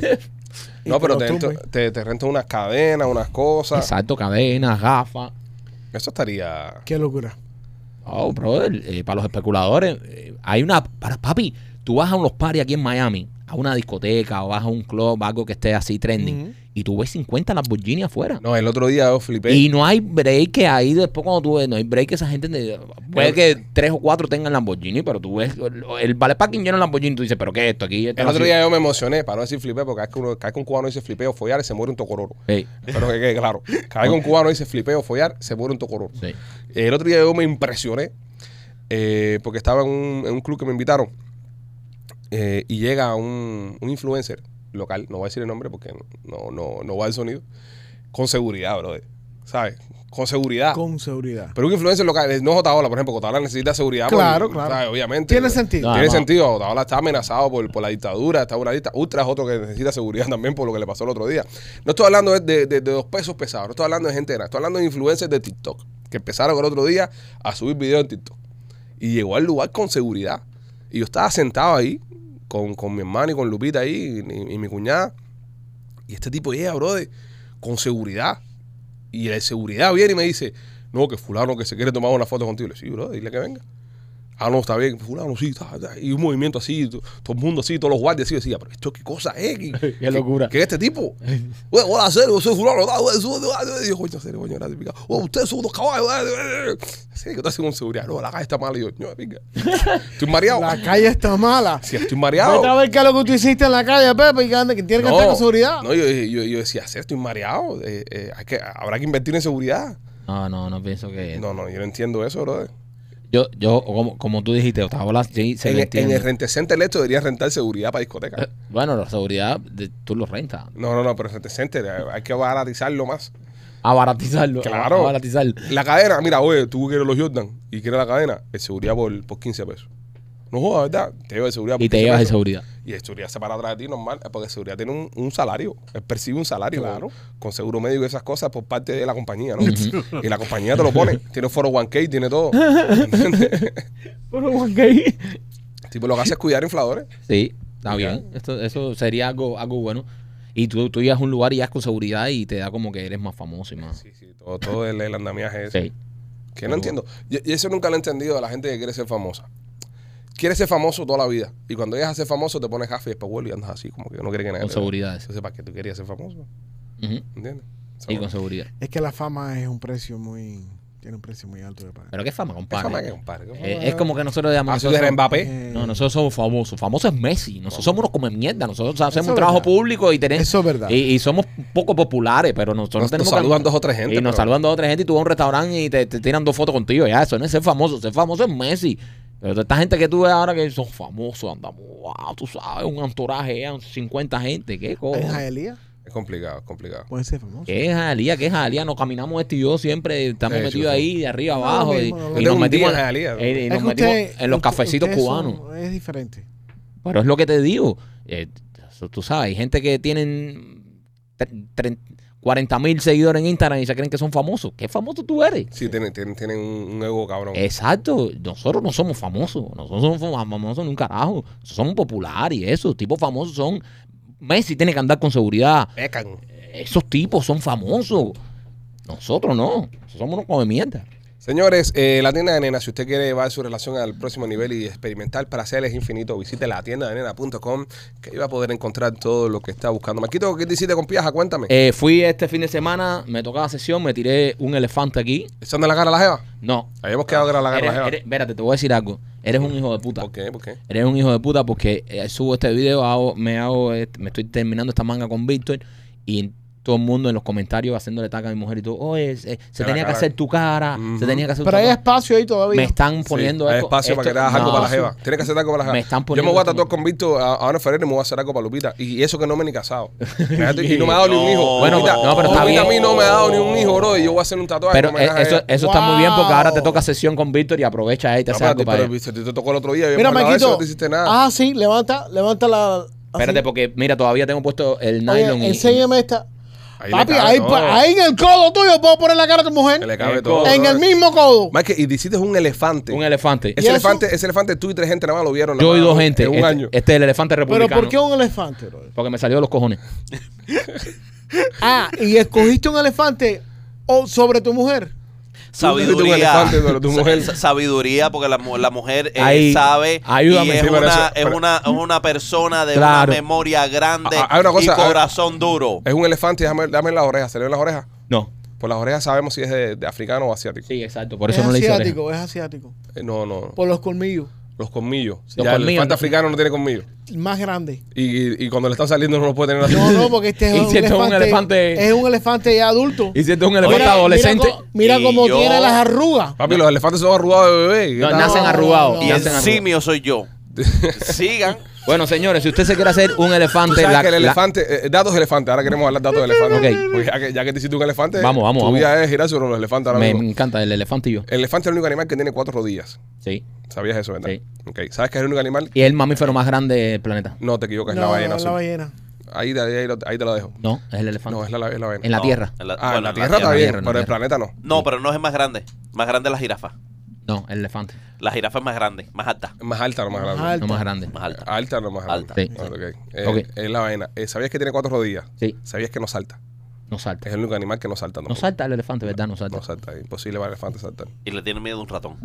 S1: No, pero
S4: Y con
S1: te,
S4: los
S1: rento-
S4: tumbos.
S1: te, te rentan unas cadenas, unas cosas.
S2: Exacto, cadenas, gafas.
S1: Eso estaría.
S4: Qué locura.
S2: Oh, brother, eh, para los especuladores, eh, hay una. Para, papi, tú vas a unos paris aquí en Miami, a una discoteca o vas a un club, algo que esté así trending,
S4: Ujú.
S2: y tú ves 50 Lamborghini afuera.
S1: No, el otro día yo flipé.
S2: Y no hay break que ahí después cuando tú ves, no hay break que esa gente, de- puede que tres o cuatro tengan Lamborghini, pero tú ves el, el vale parking lleno de Lamborghini, tú dices, pero ¿qué es esto aquí? Esto
S1: el
S2: no
S1: otro
S2: así".
S1: día yo me emocioné para no decir flipé, porque cada vez que, uno, cada vez que un cubano dice flipeo, follar, se muere un tocororo.
S2: Ey,
S1: Pero que quede claro. Cada vez que un cubano dice flipeo, follar, se muere un tocororo.
S2: sí.
S1: El otro día yo me impresioné eh, porque estaba en un, en un club que me invitaron eh, y llega un, un influencer local, no voy a decir el nombre porque no, no, no va el sonido, con seguridad, brother. ¿Sabes? Con seguridad.
S4: Con seguridad.
S1: Ah. Pero un influencer local, eh, no Jotaola, por ejemplo, Jotaola necesita seguridad.
S4: Claro,
S1: porque,
S4: claro.
S1: ¿sabes? Obviamente.
S4: Tiene
S1: Pero-
S4: sentido.
S2: No,
S1: Tiene
S2: además-
S1: sentido, Otaola está amenazado por, por la dictadura, está una lista. Ultra es otro que necesita seguridad también por lo que le pasó el otro día. No estoy hablando de, de, de- de los pesos pesados, no estoy hablando de gente grande, estoy hablando de influencers de TikTok, que empezaron el otro día a subir videos en TikTok. Y llegó al lugar con seguridad. Y yo estaba sentado ahí, con, con mi hermano y con Lupita ahí, y, y mi cuñada. Y este tipo llega, brother, con seguridad. Y el de seguridad viene y me dice, no, que fulano que se quiere tomar una foto contigo. Le digo, sí, brother, dile que venga. Ah, no, está bien, fulano, sí, está, está. y un movimiento así, to- todo el mundo así, todos los guardias así, decía, pero esto qué cosa es, qué,
S2: Qué locura.
S1: ¿Qué es este tipo? Ué, Hola, serio, soy fulano, da, ué, su- da, ué. Y yo, coño, serio, coño, gracias, pica. Ué, ustedes son unos caballos, ué, ué. sí, que estoy haciendo con seguridad, no, la calle está mala, y yo, no, pica. Estoy mareado.
S4: La calle está mala.
S1: Sí, estoy
S4: Vete a
S1: mareado.
S4: ver qué es lo que tú hiciste en la calle, Pepe, y que anda- que tiene que estar con seguridad.
S1: no, yo, yo, yo decía, sí, estoy mareado, eh, eh, hay que, habrá que invertir en seguridad.
S2: No, no, no pienso que...
S1: No, no, yo no entiendo eso, brother.
S2: Yo, yo como, como tú dijiste, Otavola, sí, se
S1: En, el-
S2: le
S1: en
S2: entiende.
S1: el rentecente esto debería rentar seguridad para discoteca.
S2: Eh, Bueno, la seguridad, de- tú lo rentas.
S1: No, no, no, pero el rentecente eh, hay que baratizarlo más.
S2: A baratizarlo. a-
S1: Claro.
S2: A baratizarlo.
S1: La cadena, mira, oye, tú quieres los Jordan y quieres la cadena, el seguridad por, por 15 pesos. No jodas, ¿verdad? Te llevas de seguridad por
S2: Y te
S1: 15
S2: llevas de
S1: pesos.
S2: seguridad.
S1: Y el seguridad se para atrás de ti, normal, eh, porque el seguridad tiene un, un salario. Él percibe un salario con seguro médico y esas cosas por parte de la compañía, ¿no? Y la compañía te lo pone. Tiene foro 1K, tiene todo. ¿Entiendes? El tipo lo que hace es cuidar infladores.
S2: Sí, está bien. Esto, eso sería algo, algo bueno. Y tú, tú llegas a un lugar y llegas con seguridad y te da como que eres más famoso y más.
S1: Sí, sí, todo, todo el, el andamiaje ese.
S2: Sí.
S1: Que no entiendo. Y, y eso nunca lo he entendido de la gente que quiere ser famosa. Quiere ser famoso toda la vida. Y cuando llegas a ser famoso, te pones café y después vuelves y andas así, como que no quiere que nadie.
S2: Con
S1: te-
S2: seguridad. sí.
S1: Entonces, ¿para qué tú querías ser famoso?
S2: Ujú.
S1: ¿Entiendes?
S2: Sí, con seguridad.
S4: Es que la fama es un precio muy. Tiene un precio muy alto de pagar.
S2: Pero qué fama,
S1: Eso más
S2: compadre.
S1: que un par, que-
S2: Eh, es como que nosotros le
S1: Ah,
S2: llamamos.
S1: eso era
S2: nosotros-
S1: Mbappé.
S4: Eh,
S2: No, nosotros somos famosos. Famoso es Messi. Nosotros somos unos como mierda. Nosotros hacemos
S4: Eso
S2: un
S4: es
S2: trabajo
S4: verdad.
S2: público y tenemos.
S4: Eso es verdad.
S2: Y, y somos poco populares, pero nosotros
S1: Nos, nos
S2: tenemos que-
S1: saludan dos o tres gente.
S2: Y nos
S1: pero-
S2: saludan dos o tres gente y tú vas a un restaurante y te, te tiran dos fotos contigo. Ya, eso no es ser famoso. Ser famoso es Messi. Pero esta gente que tú ves ahora que son famosos, andamos, wow, tú sabes, un entoraje, ya, 50 gente, qué
S4: ¿En
S2: cosa.
S4: Jaelía?
S1: Es complicado, es complicado.
S4: Puede ser famoso.
S2: Qué jalía, qué jalía, nos caminamos este y yo siempre, estamos
S1: Sí,
S2: metidos
S1: sí, sí.
S2: ahí, de arriba
S4: No,
S2: abajo,
S4: lo
S2: y,
S4: mismo,
S2: y
S4: lo
S1: mismo.
S2: nos
S1: Un
S2: metimos,
S1: día en jalía, ¿no?
S2: eh, y
S4: Es
S2: nos
S4: que
S2: metimos
S4: usted-
S2: en los
S4: usted-
S2: cafecitos
S4: ustedes
S2: cubanos.
S4: son- es diferente.
S2: Pero es lo que te digo. eh, eso tú sabes, hay gente que tienen 40 mil seguidores en Instagram y se creen que son famosos. ¿Qué famoso tú eres?
S1: Sí, tienen, tienen, tienen un, un ego cabrón.
S2: Eh. Exacto, nosotros no somos famosos, nosotros somos fam- famosos en un carajo, somos populares y eso, tipos famosos son, Messi tiene que andar con seguridad,
S1: Pecan.
S2: esos tipos son famosos, nosotros no, somos unos come mierda.
S1: Señores, eh, la tienda de nena, si usted quiere llevar su relación al próximo nivel y experimentar placeres infinitos, visite la tienda de nena.com que ahí va a poder encontrar todo lo que está buscando. Marquito, ¿qué te hiciste con Piaja? Cuéntame.
S2: Eh, fui este fin de semana, me tocaba sesión, me tiré un elefante aquí.
S1: ¿Echando la cara a la jeva?
S2: No.
S1: Habíamos quedado que era la cara a la
S2: Eres-
S1: jeva.
S2: eres- espérate, te voy a decir algo. Eres un hijo de puta.
S1: ¿Por qué? ¿Por qué?
S2: Eres un hijo de puta porque eh, subo este video, hago, me hago, este- me estoy terminando esta manga con Víctor y todo el mundo en los comentarios haciéndole taca a mi mujer y todo, oye, eh, se, se
S1: Cara,
S2: tenía que
S1: cara.
S2: hacer tu cara,
S1: Ujú.
S2: se tenía que hacer
S4: Pero
S2: tu
S4: hay
S2: cara".
S4: espacio ahí todavía.
S2: Me están poniendo
S1: Sí, hay
S2: esto-
S1: espacio para
S2: esto-
S1: que te hagas algo
S2: no.
S1: para la jeva. Tienes que hacer algo para la jeva.
S2: Me están poniendo
S1: Yo me voy a
S2: esto-
S1: tatuar convicto a ahora en febrero y me voy a hacer algo para Lupita. Y y eso que no me he ni casado. Fíjate, y no me ha dado ni un hijo.
S2: Bueno,
S1: Lupita,
S2: no, pero está
S1: Lupita a mí
S2: bien.
S1: no me ha dado ni un hijo, bro. Y yo voy a hacer un tatuaje.
S2: Pero
S1: en homenaje
S2: eh,
S1: a
S2: eso,
S1: ella.
S2: eso está muy bien porque ahora te
S4: Wow.
S2: toca sesión con Víctor y aprovecha ahí y te
S1: No,
S2: hace algo
S1: espérate,
S2: para
S1: pero viste,
S2: ella.
S1: te tocó el otro día.
S4: Mira,
S1: habíamos hablado de eso,
S4: Maquito.
S1: No te hiciste nada.
S4: Ah, sí, levanta, levanta la. así.
S2: Espérate porque, mira, todavía tengo puesto el
S4: Oye,
S2: nylon y- y...
S4: enséñame esta.
S1: Ahí le
S4: Papi,
S1: cabe
S4: ahí,
S1: todo.
S4: pa- ahí en el codo tuyo puedo poner la cara de tu
S1: Que
S4: mujer.
S1: le cabe
S2: En
S1: todo.
S4: en el
S1: bro.
S4: mismo codo.
S1: Más que, y te hiciste un elefante.
S2: Un elefante.
S4: ¿Y
S1: ese
S4: eso?
S1: elefante, ese elefante, tú y tres gente nada más lo vieron. nada
S2: Yo y
S1: más,
S2: dos
S1: ¿no?
S2: gente.
S1: En un
S2: Este,
S1: año.
S2: este es el elefante
S4: Pero
S2: republicano.
S4: ¿por qué un elefante, bro?
S2: Porque me salió de los cojones.
S4: Ah, y escogiste un elefante o sobre tu mujer.
S1: Tú eres un
S3: Sabiduría.
S1: elefante, pero tu
S3: Sa-
S1: mujer.
S3: sa- Sabiduría, porque la, mu- la mujer eh,
S2: Ahí,
S3: sabe
S2: ayúdame.
S3: y es,
S1: Sí, pero
S3: una,
S1: eso-
S3: es,
S1: pero-
S3: una, es una persona de
S2: Claro.
S3: una memoria grande
S1: Ah, ah, hay una cosa,
S3: y corazón duro.
S1: Es un elefante, déjame, dame las orejas. ¿Se le ven las orejas?
S2: No.
S1: Por las orejas sabemos si es de, de africano o asiático.
S2: Sí, exacto. Por
S4: es
S2: eso no le hice oreja.
S4: asiático, es asiático.
S1: Eh, No, no.
S4: Por los colmillos.
S1: Los colmillos.
S2: Los
S1: ya, el
S2: colmillos,
S1: elefante
S2: no.
S1: africano no tiene colmillos.
S4: Más grande.
S1: Y, y- y cuando le están saliendo no lo puede tener así.
S4: No, no, porque este
S2: Y
S4: es un,
S2: si este es
S4: elefante,
S2: un elefante-
S4: Es un elefante ya adulto.
S2: Y siento un elefante
S3: Oye,
S2: adolescente.
S4: co- Mira,
S3: Y
S4: cómo
S3: yo-
S4: tiene las arrugas.
S1: Papi, los elefantes son arrugados de bebé. ¿Qué
S2: No,
S1: tal?
S2: nacen arrugados.
S4: no,
S3: Y el
S2: nacen arrugados.
S3: simio soy yo. Sigan.
S2: Bueno, señores, si usted se quiere hacer un
S1: Tú
S2: elefante,
S1: sabes
S2: la-
S1: que el
S2: la-
S1: elefante, eh, datos elefantes, ahora queremos hablar datos de elefantes.
S2: Ok.
S1: Porque ya, que, ya que te hiciste un elefante,
S2: Vamos, vamos,
S1: tu
S2: vamos.
S1: vida es girar sobre los elefantes ahora
S2: me,
S1: mismo.
S2: me encanta el elefante y yo.
S1: El elefante es el único animal que tiene cuatro rodillas.
S2: Sí.
S1: ¿Sabías eso, verdad?
S2: Sí.
S1: Ok. ¿Sabes que es el único animal?
S2: Y es el mamífero más grande del planeta.
S1: No, te equivocas, es
S4: No,
S1: la ballena.
S4: no,
S1: azul.
S4: la ballena.
S1: Ahí, te- ahí lo- ahí te la dejo.
S2: No, es el elefante.
S1: No, es la, es la ballena.
S2: En la
S3: No,
S2: Tierra.
S3: en la-
S1: ah,
S3: bueno,
S1: en la
S3: en
S1: Tierra está
S2: la
S1: bien,
S2: Tierra, en la
S1: pero el
S2: Tierra.
S1: planeta no.
S3: No, pero no es el más grande. Más grande es la jirafa.
S2: No, el elefante.
S3: La jirafa es más grande, más alta.
S1: Es más alta, no más grande.
S4: Alta.
S2: No más grande.
S3: Más alta.
S1: Alta no más grande.
S3: Alta.
S2: Sí.
S1: Ah, ok. Eh,
S2: Ok.
S1: Es la vaina. Eh, ¿Sabías que tiene cuatro rodillas?
S2: Sí,
S1: ¿Sabías que no salta?
S2: no salta.
S1: Es el único animal que no salta.
S2: No
S1: tampoco.
S2: salta el elefante, ¿verdad? No salta.
S1: No salta. Es Imposible para el elefante saltar.
S3: Y le tiene miedo a un ratón.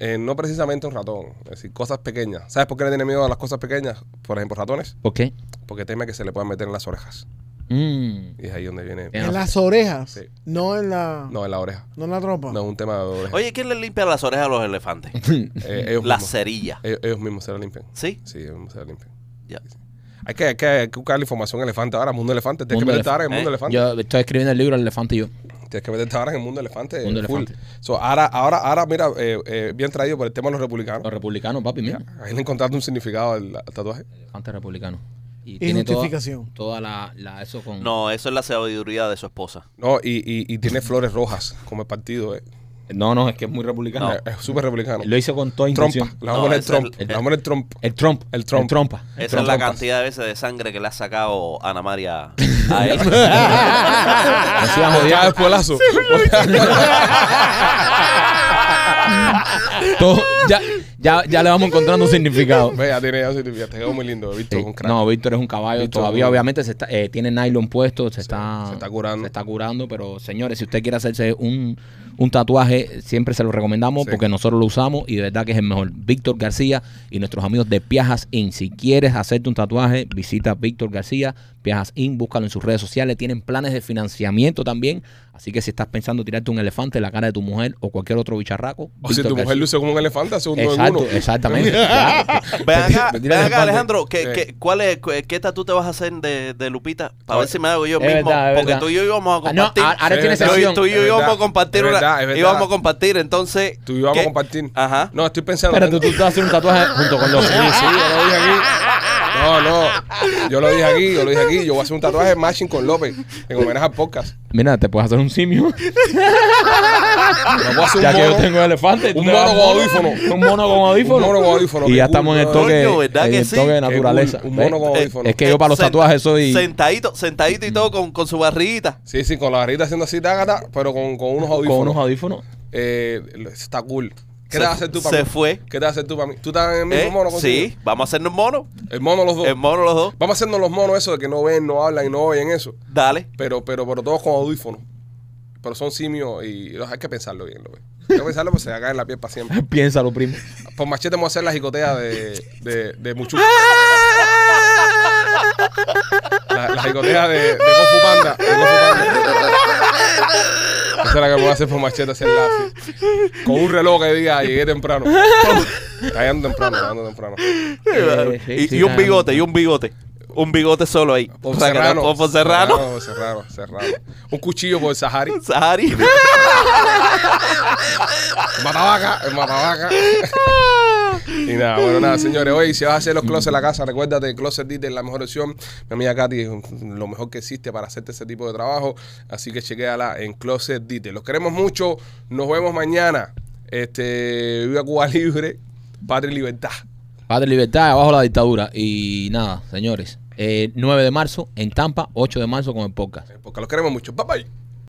S1: Eh, no precisamente un ratón. Es decir, cosas pequeñas. ¿Sabes por qué le tiene miedo a las cosas pequeñas? Por ejemplo, ratones.
S2: ¿Por qué?
S1: Porque teme que se le puedan meter en las orejas.
S2: Mm.
S1: Y es ahí donde viene.
S2: Eh.
S4: En las orejas.
S1: Sí.
S4: No en la. No.
S1: No, en la oreja.
S4: en la tropa.
S1: No, es un tema de oreja.
S3: Oye, ¿quién le limpia las orejas a los elefantes?
S1: Eh, ellos,
S3: La
S1: mismos,
S3: cerilla.
S1: ellos, ellos mismos se la limpian.
S3: ¿Sí?
S1: Sí, ellos mismos se la limpian.
S3: Ya.
S1: Hay que, hay que, hay que buscar la información elefante ahora, mundo elefante. Tienes que
S2: Mundo
S1: meterte ahora en el
S3: elefante,
S1: mundo elefante.
S2: Yo estoy escribiendo el libro El elefante y yo.
S1: Tienes que meterte ahora en el mundo elefante.
S2: Mundo
S1: full.
S2: elefante.
S1: So, ahora, ahora, ahora, mira, eh, eh, bien traído por el tema de los republicanos.
S2: Los republicanos, papi, mira.
S1: Ahí le encontraste un significado al, al tatuaje.
S2: Elefante republicano. Y, toda-
S4: justificación.
S2: Toda, la, la- Eso con.
S3: No, eso es la sabiduría de su esposa.
S1: No, y, y, y tiene flores rojas como el partido. eh.
S2: no, no, es que es muy republicano.
S1: Eh, Es súper republicano.
S2: Lo hizo con toda
S1: Trump.
S2: intención.
S1: La vamos
S3: No,
S1: a poner
S3: esa es
S1: Trump.
S2: la-
S1: La vamos a poner Trump.
S2: El Trump.
S1: El Trump.
S2: El trompa.
S3: Esa
S1: Trump
S3: es la
S1: Trump.
S3: cantidad de veces de sangre que le ha sacado Ana María a él.
S2: No sigas
S1: Ya
S2: jodiendo.
S1: después lazo.
S2: Todo- ya, ya, ya le vamos encontrando un significado.
S1: Ve, ya tiene ya un significado. Te quedó muy lindo. Viste,
S2: Sí.
S1: un crack.
S2: No, Víctor es un caballo.
S1: Víctor es
S2: Todavía,
S1: un-
S2: obviamente, se está, eh, tiene nylon puesto. Se, está,
S1: se está curando.
S2: Se está curando. Pero, señores, si usted quiere hacerse un, un tatuaje, siempre se lo recomendamos
S1: Sí.
S2: porque nosotros lo usamos y de verdad que es el mejor. Víctor García y nuestros amigos de Piajas Inc. Si quieres hacerte un tatuaje, visita Víctor García, Piajas Inc. Búscalo en sus redes sociales. Tienen planes de financiamiento también. Así que si estás pensando tirarte un elefante, la cara de tu mujer o cualquier otro bicharraco,
S1: O si
S2: Víctor
S1: tu mujer
S2: García.
S1: luce como un elefante, hace un dos en
S2: Exacto,
S1: uno.
S2: exactamente. Claro.
S3: Ven acá,
S2: Me tira
S3: ven
S2: el
S3: acá,
S2: elefante.
S3: Alejandro, ¿qué,
S1: Sí.
S3: qué- cuál es, qué, qué tatu te vas a hacer de, de Lupita? Para ver
S1: Es
S3: si me hago yo
S2: verdad,
S3: mismo.
S2: es
S3: porque
S2: verdad.
S3: tú y yo íbamos a
S2: Ah, no,
S3: compartir.
S2: ahora- ahora
S1: Es
S2: tiene
S1: verdad.
S3: Tú y-
S2: sesión.
S3: tú y yo
S1: Es
S3: íbamos a
S1: verdad,
S3: compartir
S1: es
S3: una.
S1: verdad, es verdad.
S3: íbamos a compartir, entonces.
S1: Tú y yo vamos
S3: ¿qué?
S1: a compartir.
S3: Ajá.
S1: No, estoy pensando.
S2: Espérate, tú te vas a hacer un tatuaje junto con los.
S1: Yo lo dije aquí. No, no. Yo lo dije aquí, yo lo dije aquí. Yo voy a hacer un tatuaje matching con López en homenaje al podcast.
S2: Mira, te puedes hacer un simio.
S1: Me voy a hacer un
S2: Ya que yo
S1: mono.
S2: tengo elefante. y tú
S1: Un
S2: te
S1: mono
S2: vas-
S1: con audífono.
S2: Un mono con audífono.
S1: Un mono con audífono,
S2: Y
S1: qué
S2: ya estamos en el
S1: cool,
S2: toque,
S3: coño, ¿verdad
S2: en
S3: que
S2: el
S3: sí?
S2: toque de
S1: Qué cool,
S2: naturaleza.
S1: un
S2: ¿Ves? Eh,
S1: mono con audífono.
S2: Es que yo para los
S3: Senta-
S2: tatuajes soy.
S3: Sentadito, sentadito y todo
S1: Mm.
S3: con, con su barriguita.
S1: Sí, sí, con la barrita haciendo así, tágata, pero con, con unos
S2: Con unos
S1: audífonos.
S2: audífonos.
S1: Eh, está cool. ¿Qué
S3: Se-
S1: te vas a hacer tú para
S3: se
S1: mí?
S3: fue.
S1: ¿Qué te vas a hacer tú para mí? ¿Tú estás en el mismo
S3: ¿Eh?
S1: mono
S3: Sí,
S1: consigo?
S3: vamos a hacernos mono.
S1: El mono los dos.
S3: El mono los dos.
S1: Vamos a hacernos los monos eso de que no ven, no hablan y no oyen eso.
S3: Dale.
S1: Pero, pero, pero todos con audífonos. Pero son simios y hay que pensarlo bien, López. Yo pensarlo pues se me cae en la piel para siempre.
S2: Piénsalo, primo.
S1: Por machete vamos a hacer la jicotea de, de, de Muchu. La, la jicotea de, de Gofu Panda. de Gofu Panda. Esa es la que me voy a hacer por machete hacerla así. Con un reloj que diga, llegué temprano. Callando temprano, callando temprano.
S2: Eh, sí,
S3: y,
S2: sí,
S3: y un
S2: nada.
S3: bigote, y un bigote. Un bigote solo ahí.
S1: Por
S3: Saca-
S1: Serrano.
S3: por Serrano.
S1: Por Serrano, Serrano. Un cuchillo por el Sahari.
S3: Sahari.
S1: Matabaca, el matabaca. eh, y nada, bueno, nada, señores. Oye, si vas a hacer los closets en la casa, recuérdate que Closet Dita es la mejor opción. Mi amiga Katy es lo mejor que existe para hacerte ese tipo de trabajo. Así que chequéala en Closet Dita. Los queremos mucho. Nos vemos mañana. Este, viva Cuba Libre, Patria y Libertad.
S2: Padre Libertad, abajo la dictadura. Y nada, señores. eh, 9 de marzo en Tampa, 8 de marzo con el podcast.
S1: Porque los queremos mucho. Bye bye.